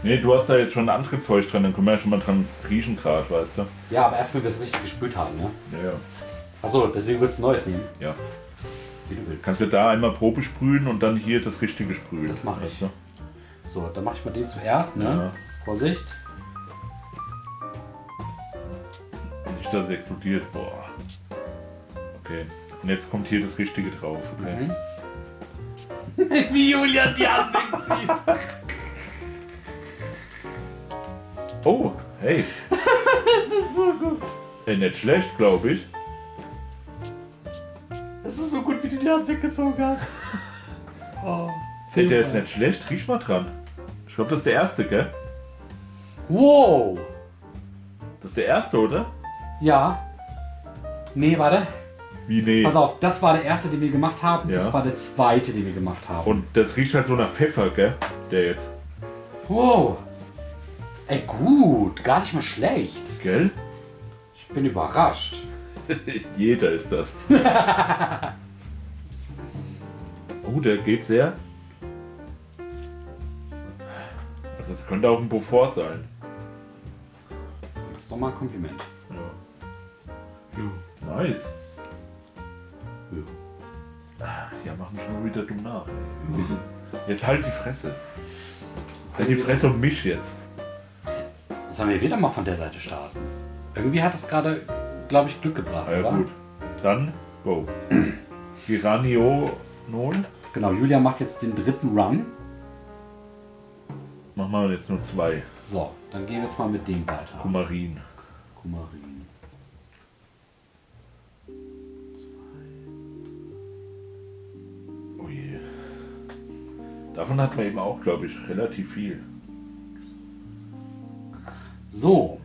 Nee, du hast da jetzt schon andere Zeug drin, dann können wir ja schon mal dran riechen gerade, weißt du? Ja, aber erst wenn wir es richtig gespült haben, ne? Ja, ja. Achso, deswegen willst du ein neues nehmen. Ja. Wie du willst. Kannst du da einmal Probe sprühen und dann hier das richtige sprühen. Das mach ich. weißt So, dann mache ich mal den zuerst, du? ne? Vorsicht. Ja. Nicht, dass es explodiert. Boah. Okay. Und jetzt kommt hier das Richtige drauf, okay? Mhm. Wie Julian die Hand wegzieht. Oh, hey. Das ist so gut. Ey, nicht schlecht, glaube ich. Das ist so gut, wie du die Hand weggezogen hast. Oh. Hey, der ist nicht schlecht, riech mal dran. Ich glaube, das ist der erste, gell? Wow! Das ist der erste, oder? Ja. Nee, warte. Wie, nee. Pass auf, das war der erste, den wir gemacht haben. Ja. Das war der zweite, den wir gemacht haben. Und das riecht halt so nach Pfeffer, gell? Der jetzt. Wow! Ey, gut. Gar nicht mal schlecht. Gell? Ich bin überrascht. Jeder ist das. oh, der geht sehr. Also es könnte auch ein Beaufort sein. Das ist doch mal ein Kompliment. Ja. Nice. Ah, Ja, machen schon wieder dumm nach. ey. Jetzt halt die Fresse. Halt die Fresse und mich jetzt. Sollen wir wieder mal von der Seite starten? Irgendwie hat das gerade, glaube ich, Glück gebracht, Ah, ja oder? gut. Dann go. Piranio Nol. Genau, Julia macht jetzt den dritten Run. Machen wir jetzt nur zwei. So, dann gehen wir jetzt mal mit dem weiter. Kumarin. Kumarin. Oh je. Davon hat man eben auch, glaube ich, relativ viel. So,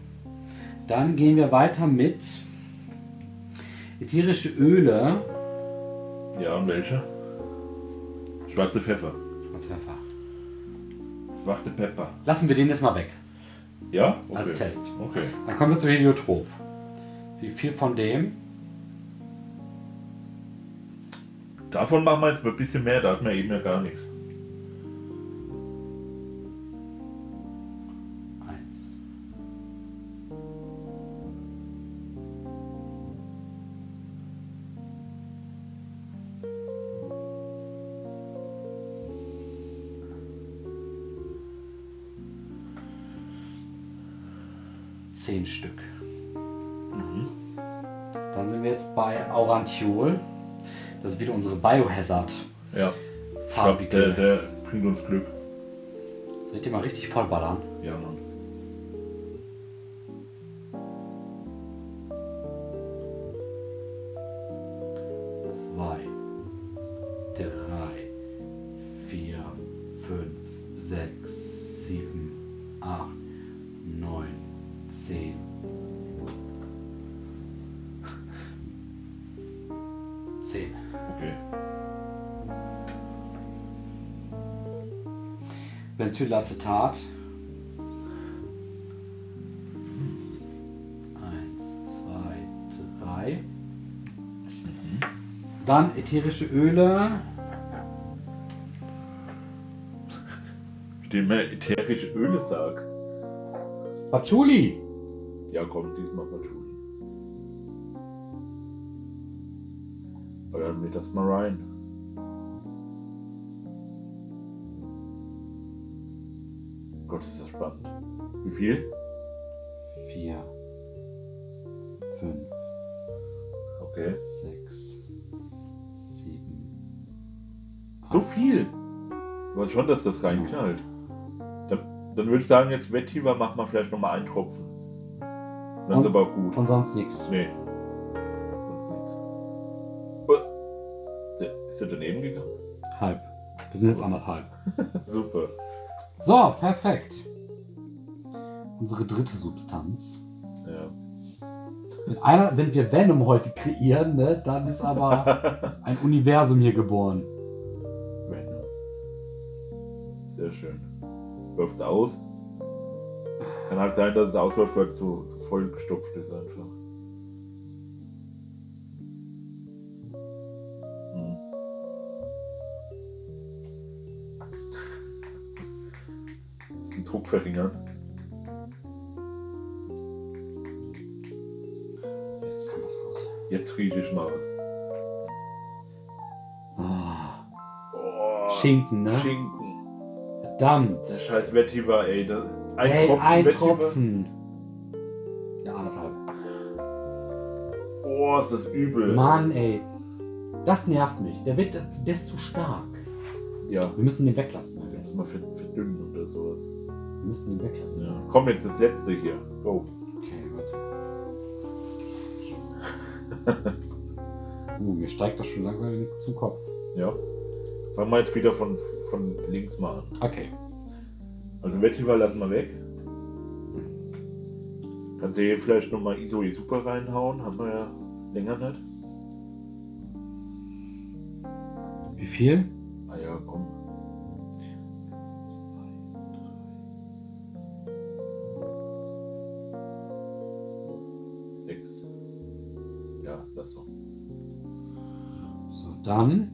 dann gehen wir weiter mit ätherische Öle. Ja, und welche? Schwarze Pfeffer. Ganz einfach. Schwarze Pepper. Lassen wir den jetzt mal weg. Ja? Als Test. Okay. Dann kommen wir zu Heliotrop. Wie viel von dem? Davon machen wir jetzt mal ein bisschen mehr, da hat man eben ja gar nichts. Eins. zehn Stück. Mhm. Dann sind wir jetzt bei Aurantiol. Das ist wieder unsere Biohazard-farbige. Ja. Ich glaub, der, der bringt uns Glück. Soll ich die mal richtig vollballern? Ja, Mann. Zwei, drei, vier, fünf, sechs, sieben, acht, neun, zehn. Zehn. Okay. Benzylacetat. Eins, zwei, drei. Dann ätherische Öle. Mit dem er ätherische Öle sagt. Patchouli. Ja, komm, diesmal Patchouli. Oder mir das mal rein. Gott, ist das spannend. Wie viel? Vier, fünf, Okay. sechs, sieben. So viel? Du weißt schon, dass das reinknallt. Dann, dann würde ich sagen, jetzt Wettieber machen wir vielleicht nochmal einen Tropfen. Dann ist Und- aber auch gut. Und sonst nichts. Nee. Sonst nichts. Oh. Der- Ist der daneben gegangen? Halb. Wir sind jetzt anderthalb. Super. So, perfekt. Unsere dritte Substanz. Ja. Wenn, einer, wenn wir Venom heute kreieren, ne, dann ist aber ein Universum hier geboren. Venom. Sehr schön. Läuft's aus? Kann halt sein, dass es ausläuft, weil es zu, zu voll gestopft ist einfach. Hm. Ist den Druck verringern. Jetzt kann was raus. Jetzt rieche ich mal was. Ah, Oh, Schinken, ne? Schinken. Verdammt. Der scheiß Vetiver, ey. Das, ein Ey, Tropfen ein Vetiver. Tropfen. Ja, anderthalb. Oh, ist das übel. Mann, ey. Das nervt mich. Der wird, der ist zu stark. Ja, Wir müssen den weglassen. den Alter. müssen wir verd- verdünnen oder sowas. Wir müssen den weglassen. Ja. Komm, jetzt das letzte hier. Go. Okay, gut. uh, mir steigt das schon langsam zum Kopf. Ja. Fangen wir jetzt wieder von, von links mal an. Okay. Also Vetiver lassen wir weg. Kannst du hier vielleicht nochmal Isoi Super reinhauen? Haben wir ja länger nicht. Wie viel? Ah ja, komm. Sechs. Ja, lass doch. So, dann.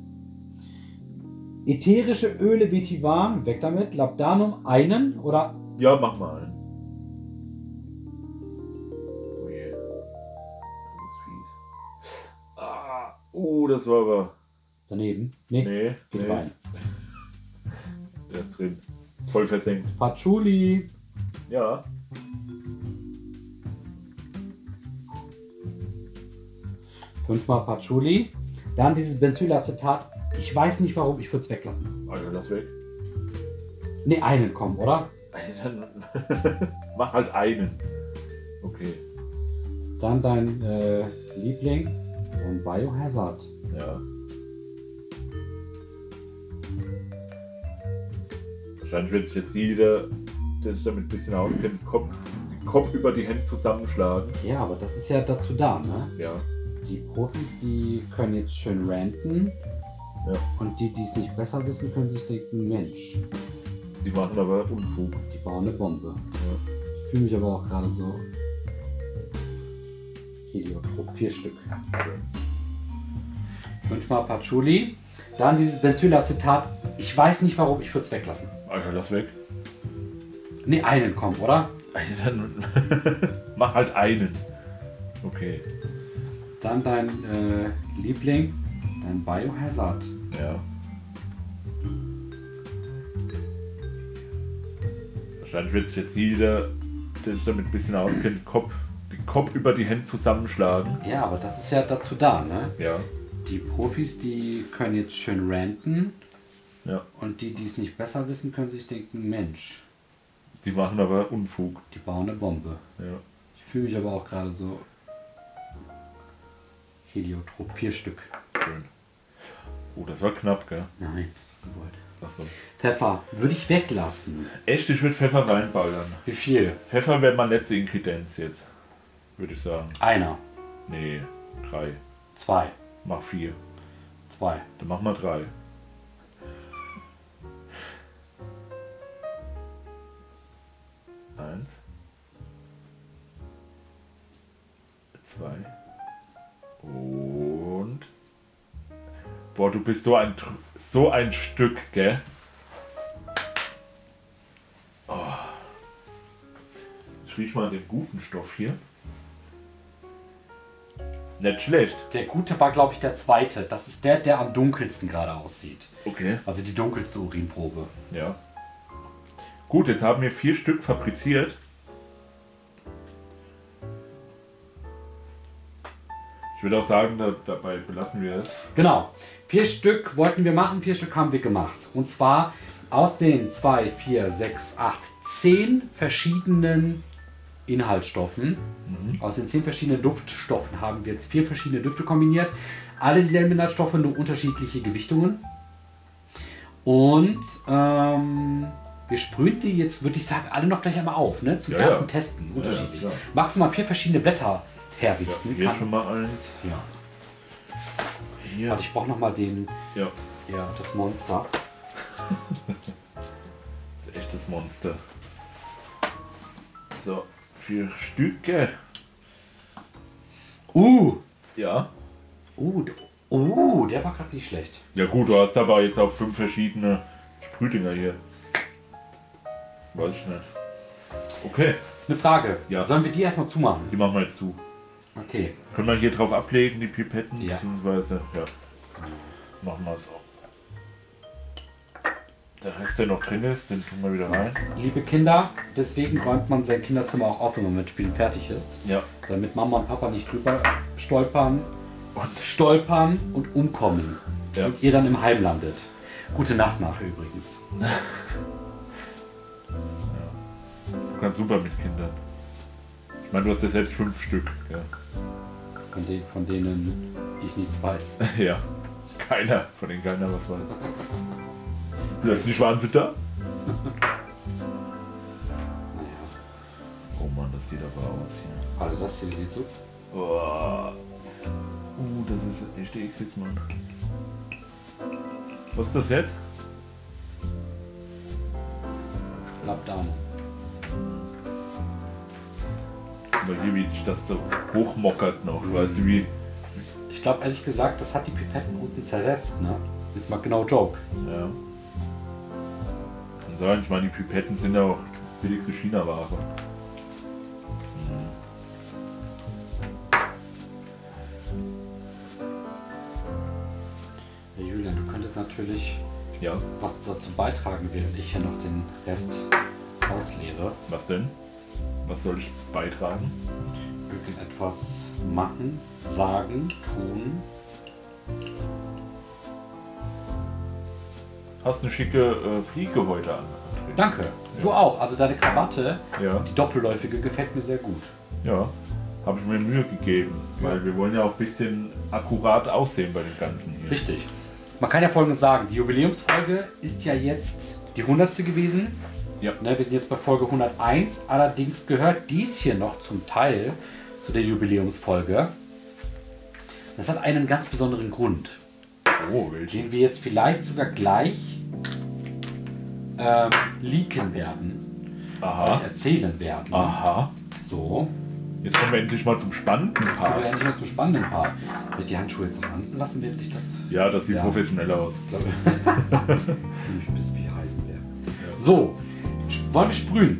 Ätherische Öle Vetiver, weg damit. Labdanum einen oder Ja, mach mal einen. Oh je. Das ist fies. Ah, oh, das war aber. daneben. Nee, Nee, geht nee, rein. der ist drin. Voll versenkt. Patchouli. Ja. Fünfmal Patchouli. Dann dieses Benzylacetat. Ich weiß nicht warum, ich würde es weglassen. Also lass weg. Ne, einen kommen, oder? Dann mach halt einen. Okay. Dann dein äh, Liebling und Biohazard. Ja. Wahrscheinlich wird sich jetzt jeder, der sich damit ein bisschen auskennt, Kopf, Kopf über die Hände zusammenschlagen. Ja, aber das ist ja dazu da, ne? Ja. Die Profis, die können jetzt schön ranten. Ja. Und die, die es nicht besser wissen, können sich denken, Mensch, Die machen aber Unfug. die bauen eine Bombe. Ich fühle mich aber auch gerade so. Heliotrop, vier Stück. Fünfmal Patchouli. Dann dieses Benzylacetat. Ich weiß nicht warum, ich würde es weglassen. Alter, lass weg. Ne, einen kommen, oder? Alter, dann mach halt einen. Okay. Dann dein äh, Liebling, dein Biohazard. Ja. Wahrscheinlich wird sich jetzt jeder der sich damit ein bisschen auskennt, Kopf, den Kopf über die Hände zusammenschlagen. Ja, aber das ist ja dazu da, ne? Ja. Die Profis, die können jetzt schön ranten ja. und die, die es nicht besser wissen, können sich denken, Mensch, Die machen aber Unfug. die bauen eine Bombe. Ja. Ich fühle mich aber auch gerade so heliotrop. Vier Stück. Schön. Oh, das war knapp, gell? Nein, das ist gewollt. Achso. Pfeffer würde ich weglassen. Echt, ich würde Pfeffer reinballern. Wie viel? Pfeffer wäre meine letzte Inkredenz jetzt. Würde ich sagen. Einer, Nee, drei. zwei, Mach vier. zwei. Dann machen wir drei. Eins. Zwei. Und. Boah, du bist so ein, Tr- so ein Stück, gell? Oh. Ich riech mal den guten Stoff hier. Nicht schlecht. Der gute war, glaube ich, der zweite. Das ist der, der am dunkelsten gerade aussieht. Okay. Also die dunkelste Urinprobe. Ja. Gut, jetzt haben wir vier Stück fabriziert. Ich würde auch sagen, da, dabei belassen wir es. Genau. Vier Stück wollten wir machen, vier Stück haben wir gemacht. Und zwar aus den 2, 4, 6, 8, 10 verschiedenen Inhaltsstoffen. Mhm. Aus den 10 verschiedenen Duftstoffen haben wir jetzt vier verschiedene Düfte kombiniert. Alle dieselben Inhaltsstoffe, nur unterschiedliche Gewichtungen. Und ähm, wir sprühen die jetzt, würde ich sagen, alle noch gleich einmal auf, ne? Zum Ja, ja. ersten Testen. ja, Unterschiedlich. klar. Maximal vier verschiedene Blätter herrichten. Hier kann- schon mal eins. ja. Hier. Aber ich brauche nochmal den Ja, ja, das Monster. das ist echtes Monster. So, vier Stücke. Uh! Ja. Uh, d- uh der war gerade nicht schlecht. Ja gut, du hast aber jetzt auch fünf verschiedene Sprühdinger hier. Weiß ich nicht. Okay, Eine Frage. Ja. Sollen wir die erstmal zumachen? die machen wir jetzt zu. Okay. Können wir hier drauf ablegen, die Pipetten, Ja. beziehungsweise, ja, machen wir es auch. Der Rest, der noch drin ist, den tun wir wieder rein. Liebe Kinder, deswegen räumt man sein Kinderzimmer auch auf, wenn man mit Spielen fertig ist. Ja. Damit Mama und Papa nicht drüber stolpern, Und stolpern und umkommen. Ja. Und ihr dann im Heim landet. Gute Nacht nach übrigens. du kannst super mit Kindern. Ich meine, du hast ja selbst fünf Stück. Ja. Von, de von denen ich nichts weiß. ja. Keiner, von denen keiner was weiß. Plötzlich waren sie da. Naja. Oh Mann, das sieht aber aus hier. Also das hier sieht so. Oh. Uh, das ist echt eklig, Mann. Was ist das jetzt? Lapdown. Guck mal hier, wie sich das so hochmockert noch. Weißt du, wie. Ich glaube ehrlich gesagt, das hat die Pipetten unten zersetzt, ne? Jetzt mal genau Joke. Ja. Kann sein, ich meine, die Pipetten sind ja auch billigste China-Ware. Ja, Julian, du könntest natürlich Ja, was dazu beitragen, während ich hier noch den Rest ausleere. was denn? Was soll ich beitragen? Irgendetwas machen, sagen, tun. Hast eine schicke äh, Fliege heute an. André. Danke. Du auch. Also deine Krawatte, Ja, die doppelläufige, gefällt mir sehr gut. ja. Habe ich mir Mühe gegeben. Weil wir wollen ja auch ein bisschen akkurat aussehen bei dem Ganzen hier. Richtig. Man kann ja Folgendes sagen. Die Jubiläumsfolge ist ja jetzt die 100. gewesen. Ja. Ne, wir sind jetzt bei Folge 101. Allerdings gehört dies hier noch zum Teil zu der Jubiläumsfolge. Das hat einen ganz besonderen Grund. Oh, welchen? den wir jetzt vielleicht sogar gleich ähm, leaken werden, euch Aha. erzählen werden. Aha. So, Jetzt kommen wir endlich mal zum spannenden jetzt kommen wir Part. endlich mal zum spannenden Part. Will ich die Handschuhe jetzt noch anlassen, lassen, während ich das Ja, das sieht Ja. professioneller aus. glaube? ich ein bisschen wie Eisenberg. So, sp- wollen wir sprühen?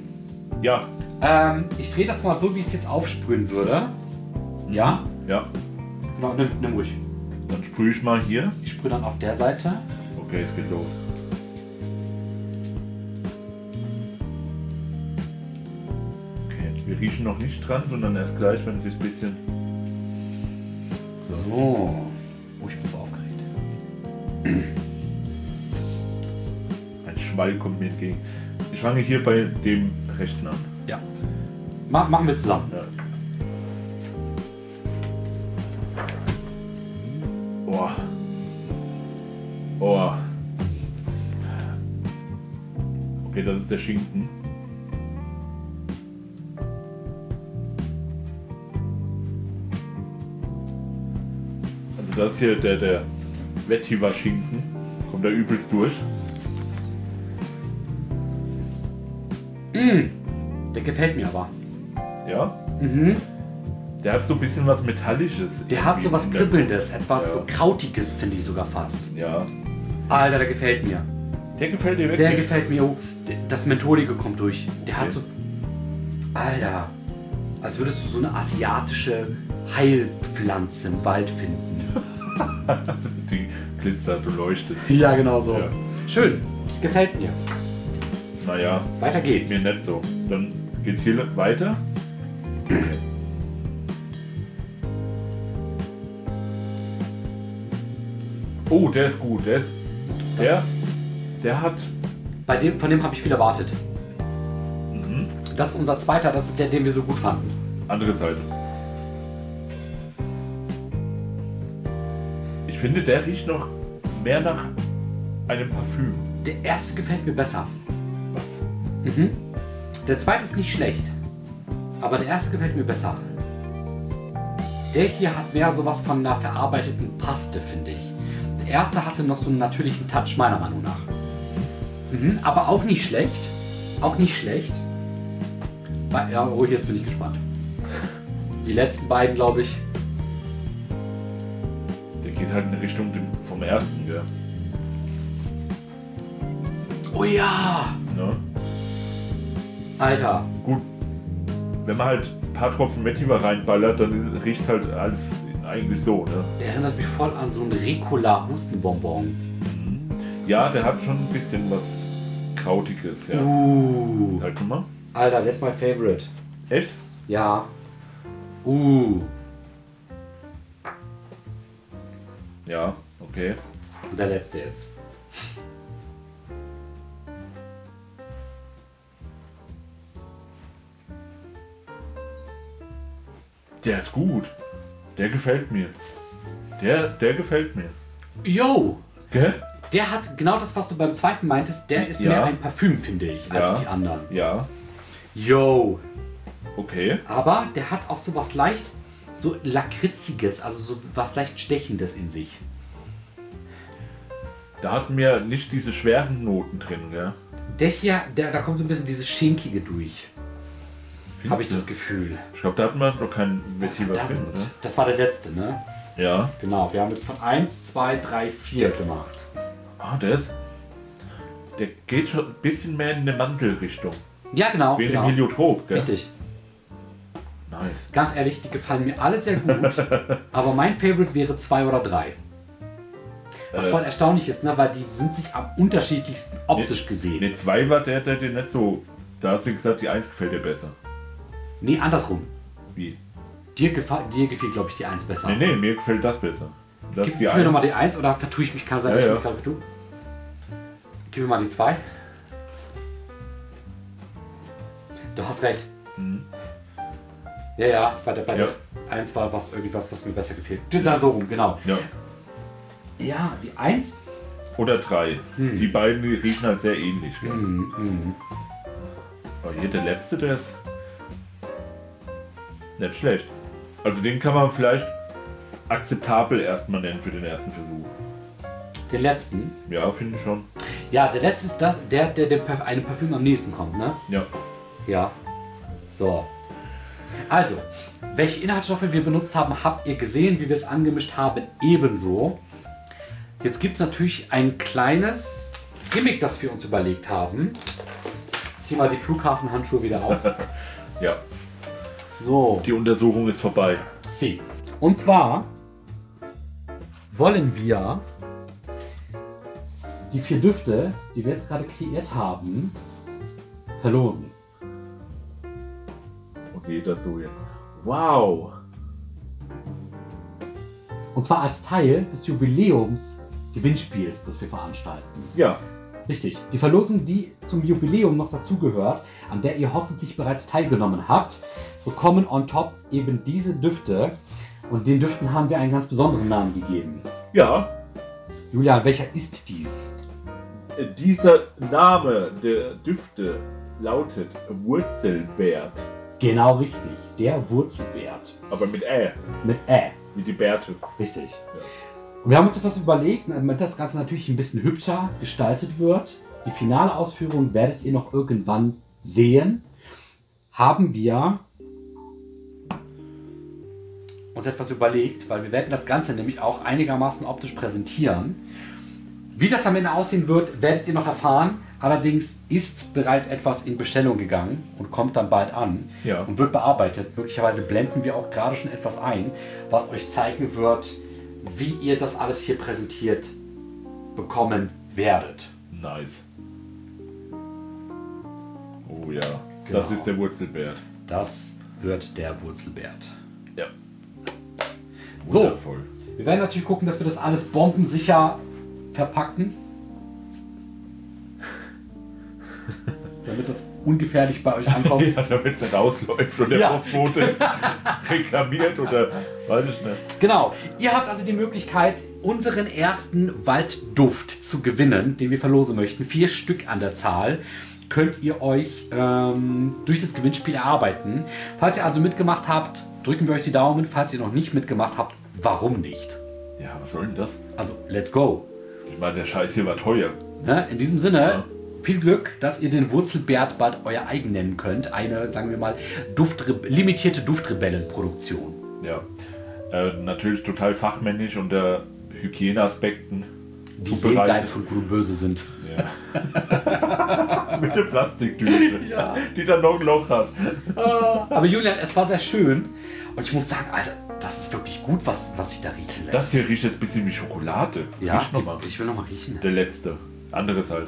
Ja, Ähm, ich drehe das mal so, wie ich es jetzt aufsprühen würde. Ja? ja. Genau, nimm, nimm ruhig. Dann sprühe ich mal hier. Ich sprühe dann auf der Seite. Okay, es geht los. Okay. Wir riechen noch nicht dran, sondern erst gleich, wenn es sich ein bisschen. So. So. Oh, ich bin so aufgeregt. Ein Schwall kommt mir entgegen. Ich fange hier bei dem rechten an. Ja. Ma machen wir zusammen. Ja. Boah. Boah. Okay, das ist der Schinken. Also das ist hier der, der Vetiver Schinken. Kommt da übelst durch. Der gefällt mir aber. Ja. Der hat so ein bisschen was Metallisches. Mhm. Der hat irgendwie so was in der- Kribbelndes, etwas Ja. so Krautiges, finde ich sogar fast. Ja. Alter, der gefällt mir. Der gefällt dir Der wirklich. gefällt mir. oh, Das Mentholige kommt durch. Der hat Okay. so. Alter. Als würdest du so eine asiatische Heilpflanze im Wald finden. Die glitzert und leuchtet. Ja, genau so. Ja. Schön. Gefällt mir. Naja, Weiter geht's. mir nicht so. Dann geht's hier weiter. Oh, der ist gut. Der ist. Der. Der hat. Bei dem, von dem habe ich viel erwartet. Mhm. Das ist unser zweiter, das ist der, den wir so gut fanden. Andere Seite. Ich finde, der riecht noch mehr nach einem Parfüm. Der erste gefällt mir besser. Was? Der zweite ist nicht schlecht. Aber der erste gefällt mir besser. Der hier hat mehr sowas von einer verarbeiteten Paste, finde ich. Der erste hatte noch so einen natürlichen Touch, meiner Meinung nach. Mhm, aber auch nicht schlecht. Auch nicht schlecht. Weil- Ja, oh, jetzt bin ich gespannt. Die letzten beiden, glaube ich. Der geht halt in Richtung dem, vom ersten, gell? Oh ja! Ne? Alter, Gut, wenn man halt ein paar Tropfen Vetiver reinballert, dann riecht halt alles eigentlich so, ne? der erinnert mich voll an so einen Ricola-Hustenbonbon. Ja, der hat schon ein bisschen was Krautiges, ja. Uh. Sag du mal. Alter, that's my favorite. Echt? Ja. Uh. Ja, okay. Und der letzte jetzt. Der ist gut. Der gefällt mir. Der, der gefällt mir. Yo! Gell? Der hat genau das, was du beim zweiten meintest. Der ist Ja. mehr ein Parfüm, finde ich, als Ja. die anderen. Ja, Yo! okay. Aber der hat auch so was leicht, so lakritziges, also so was leicht stechendes in sich. Da hatten wir nicht diese schweren Noten drin, gell? Der hier, der, da kommt so ein bisschen dieses Schinkige durch, habe ich das Findest du? Gefühl. Ich glaube, da hat man noch keinen Vetiver drin, Verdammt. ne? Das war der letzte, ne? Ja. Genau, wir haben jetzt von 1, 2, 3, 4 gemacht. Ah, der ist. Der geht schon ein bisschen mehr in eine Mandelrichtung. Ja, genau. Wie in genau. dem Heliotrop, gell? Richtig. Nice. Ganz ehrlich, die gefallen mir alle sehr gut. aber mein Favorite wäre 2 oder 3. Was Äh, voll erstaunlich ist, ne? weil die sind sich am unterschiedlichsten optisch gesehen. Ne, 2 war der, der dir nicht so. Da hast du gesagt, die 1 gefällt dir besser. Nee, andersrum. Wie? Dir, gefa dir gefiel, glaube ich, die 1 besser. Ne, ne, mir gefällt das besser. Das Gib, ist gib die mir nochmal 1. die 1 oder vertue ich mich, kann sein, Ja, dass ich ja. mich gerade vertue. Gib mir mal die 2. Du hast recht. Ja, ja, bei der, bei Mhm. Ja. der 1 war was, irgendwas, was mir besser gefiel. Dann so rum, genau. Ja. Ja, die 1 Oder 3. Hm. Die beiden die riechen halt sehr ähnlich. Gell? Aber hier der letzte, der ist. Nicht schlecht. Also den kann man vielleicht akzeptabel erstmal nennen für den ersten Versuch. Den letzten. Ja, finde ich schon. Ja, der letzte ist das, der, der dem Perf einem Parfüm am nächsten kommt, ne? Ja. Ja. So. Also, welche Inhaltsstoffe wir benutzt haben, habt ihr gesehen, wie wir es angemischt haben, ebenso. Jetzt gibt es natürlich ein kleines Gimmick, das wir uns überlegt haben. Zieh mal die Flughafenhandschuhe wieder aus. Ja. So. Die Untersuchung ist vorbei. Sie. Und zwar wollen wir die vier Düfte, die wir jetzt gerade kreiert haben, verlosen. Und Portemonnaie dazu jetzt. Wow! Und zwar als Teil des Jubiläums-Gewinnspiels, das wir veranstalten. Ja, Richtig. Die Verlosung, die zum Jubiläum noch dazugehört, an der ihr hoffentlich bereits teilgenommen habt, bekommen on top eben diese Düfte. Und den Düften haben wir einen ganz besonderen Namen gegeben. ja. Julian, welcher ist dies? äh, Dieser Name der Düfte lautet Wurzelbärt. Genau richtig. Der Wurzelwert. Aber mit Ä, Mit Ä. wie die Bärte. Richtig. Und wir haben uns etwas überlegt, damit das Ganze natürlich ein bisschen hübscher gestaltet wird. Die finale Ausführung werdet ihr noch irgendwann sehen. Haben wir uns etwas überlegt, weil wir werden das Ganze nämlich auch einigermaßen optisch präsentieren. Wie das am Ende aussehen wird, werdet ihr noch erfahren. Allerdings ist bereits etwas in Bestellung gegangen und kommt dann bald an Ja. und wird bearbeitet. Möglicherweise blenden wir auch gerade schon etwas ein, was euch zeigen wird, wie ihr das alles hier präsentiert bekommen werdet. Nice. Oh ja, das Genau. ist der Wurzelbärt. Das wird der Wurzelbert. Ja. So. Wundervoll. Wir werden natürlich gucken, dass wir das alles bombensicher verpacken. Damit das ungefährlich bei euch ankommt. Ja, damit es nicht ausläuft und der Ja. Postbote reklamiert oder weiß ich nicht. Genau. Ihr habt also die Möglichkeit, unseren ersten Waldduft zu gewinnen, den wir verlosen möchten. Vier Stück an der Zahl könnt ihr euch ähm, durch das Gewinnspiel erarbeiten. Falls ihr also mitgemacht habt, drücken wir euch die Daumen. Falls ihr noch nicht mitgemacht habt, warum nicht? Ja, was soll denn das? Also, let's go. Ich meine, der Scheiß hier war teuer. Ne? In diesem Sinne, Ja. viel Glück, dass ihr den Wurzelbärt bald euer eigen nennen könnt. Eine, sagen wir mal, Duftre limitierte Duftrebellenproduktion. Ja. Äh, natürlich total fachmännisch unter Hygieneaspekten. Die Zubereitet. jenseits von Gut und Böse sind. Ja. Mit einer Plastiktüte, Ja. die dann noch ein Loch hat. Aber Julian, es war sehr schön. Und ich muss sagen, Alter, das ist wirklich gut, was, was ich da riechen lässt. Das hier riecht jetzt ein bisschen wie Schokolade. ja, Riecht nochmal. ich will nochmal riechen. Der letzte. Andere Seite.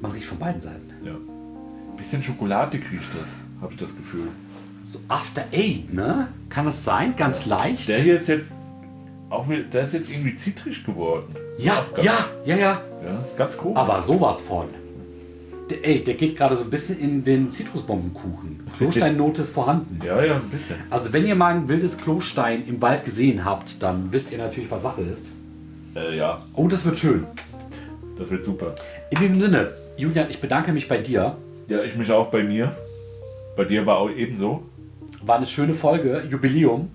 Man riecht von beiden Seiten. Ja. Bisschen schokoladig riecht das, habe ich das Gefühl. So After Eight, ne? Kann das sein? Ganz leicht? Der hier ist jetzt auch wieder, der ist jetzt irgendwie zitrig geworden. Ja, ja, ja, ja. Ja, ist ganz komisch. Aber sowas von. Der, ey, der geht gerade so ein bisschen in den Zitrusbombenkuchen. Klosteinnote ist vorhanden. ja, ja, ein bisschen. Also wenn ihr mal ein wildes Klostein im Wald gesehen habt, dann wisst ihr natürlich, was Sache ist. Äh, ja, Oh, das wird schön. das wird super. In diesem Sinne, Julian, ich bedanke mich bei dir. Ja, ich mich auch bei mir. Bei dir war auch ebenso. War eine schöne Folge, Jubiläum.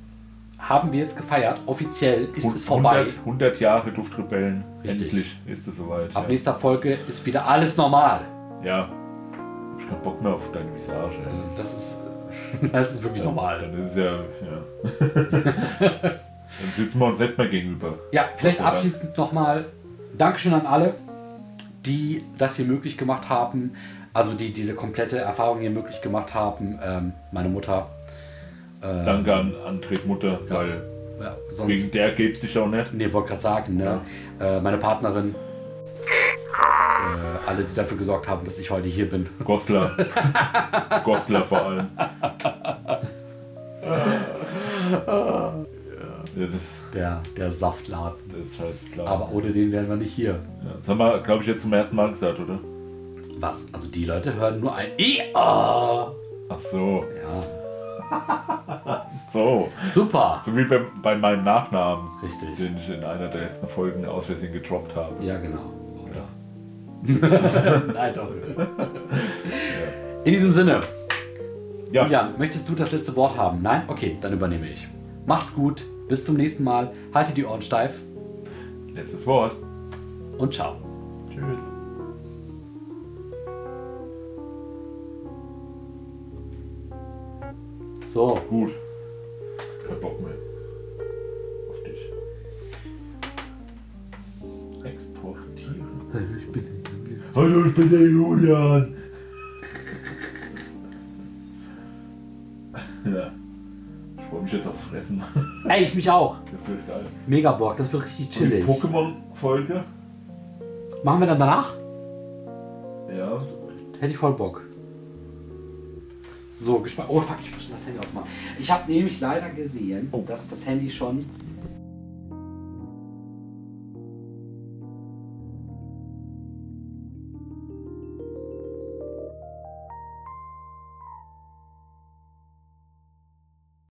Haben wir jetzt gefeiert. Offiziell ist es vorbei. 100, 100 Jahre Duftrebellen. Richtig. Endlich ist es soweit. Ab ja. nächster Folge ist wieder alles normal. ja. Hab ich keinen Bock mehr auf deine Visage. ey. Das ist, das ist wirklich normal. Dann ist es ja. ja. Dann sitzen wir uns nicht mehr gegenüber. Ja, vielleicht Oder? abschließend nochmal Dankeschön an alle, die das hier möglich gemacht haben. Also die diese komplette Erfahrung hier möglich gemacht haben. Ähm, meine Mutter. äh, Danke an Andres Mutter, weil ja, wegen sonst, der gäbe es dich auch nicht. nee, wollte gerade sagen, ne? äh, meine Partnerin. Äh, alle, die dafür gesorgt haben, dass ich heute hier bin. Goslar. Goslar vor allem. ja, das, Der, der Saftladen. das ist scheiß klar. Aber ohne den wären wir nicht hier. Ja, das haben wir, glaube ich, jetzt zum ersten Mal gesagt, oder? Was? Also die Leute hören nur ein E. ah. Ach so, Ja, so. super. So wie bei, bei meinem Nachnamen, Richtig. den ich in einer der letzten Folgen aus Versehen gedroppt habe. Ja, genau. Oder? Nein, doch. In diesem Sinne, Ja, Julian, möchtest du das letzte Wort haben? Nein? Okay, dann übernehme ich. Macht's gut, bis zum nächsten Mal. Haltet die Ohren steif letztes Wort. und ciao. Tschüss. So, Gut. Kein Bock mehr. Auf dich. Exportieren. Hallo, ich bin der Julian. ja. Ich freue mich jetzt aufs Fressen. ey, ich mich auch. Das wird geil. Megaborg, das wird richtig Und die chillig. Pokémon-Folge. Machen wir dann danach? Ja. Hätte ich voll Bock. Oh. So, gespeichert. Oh fuck, ich muss schon das Handy ausmachen. Ich habe nämlich leider gesehen, dass das Handy schon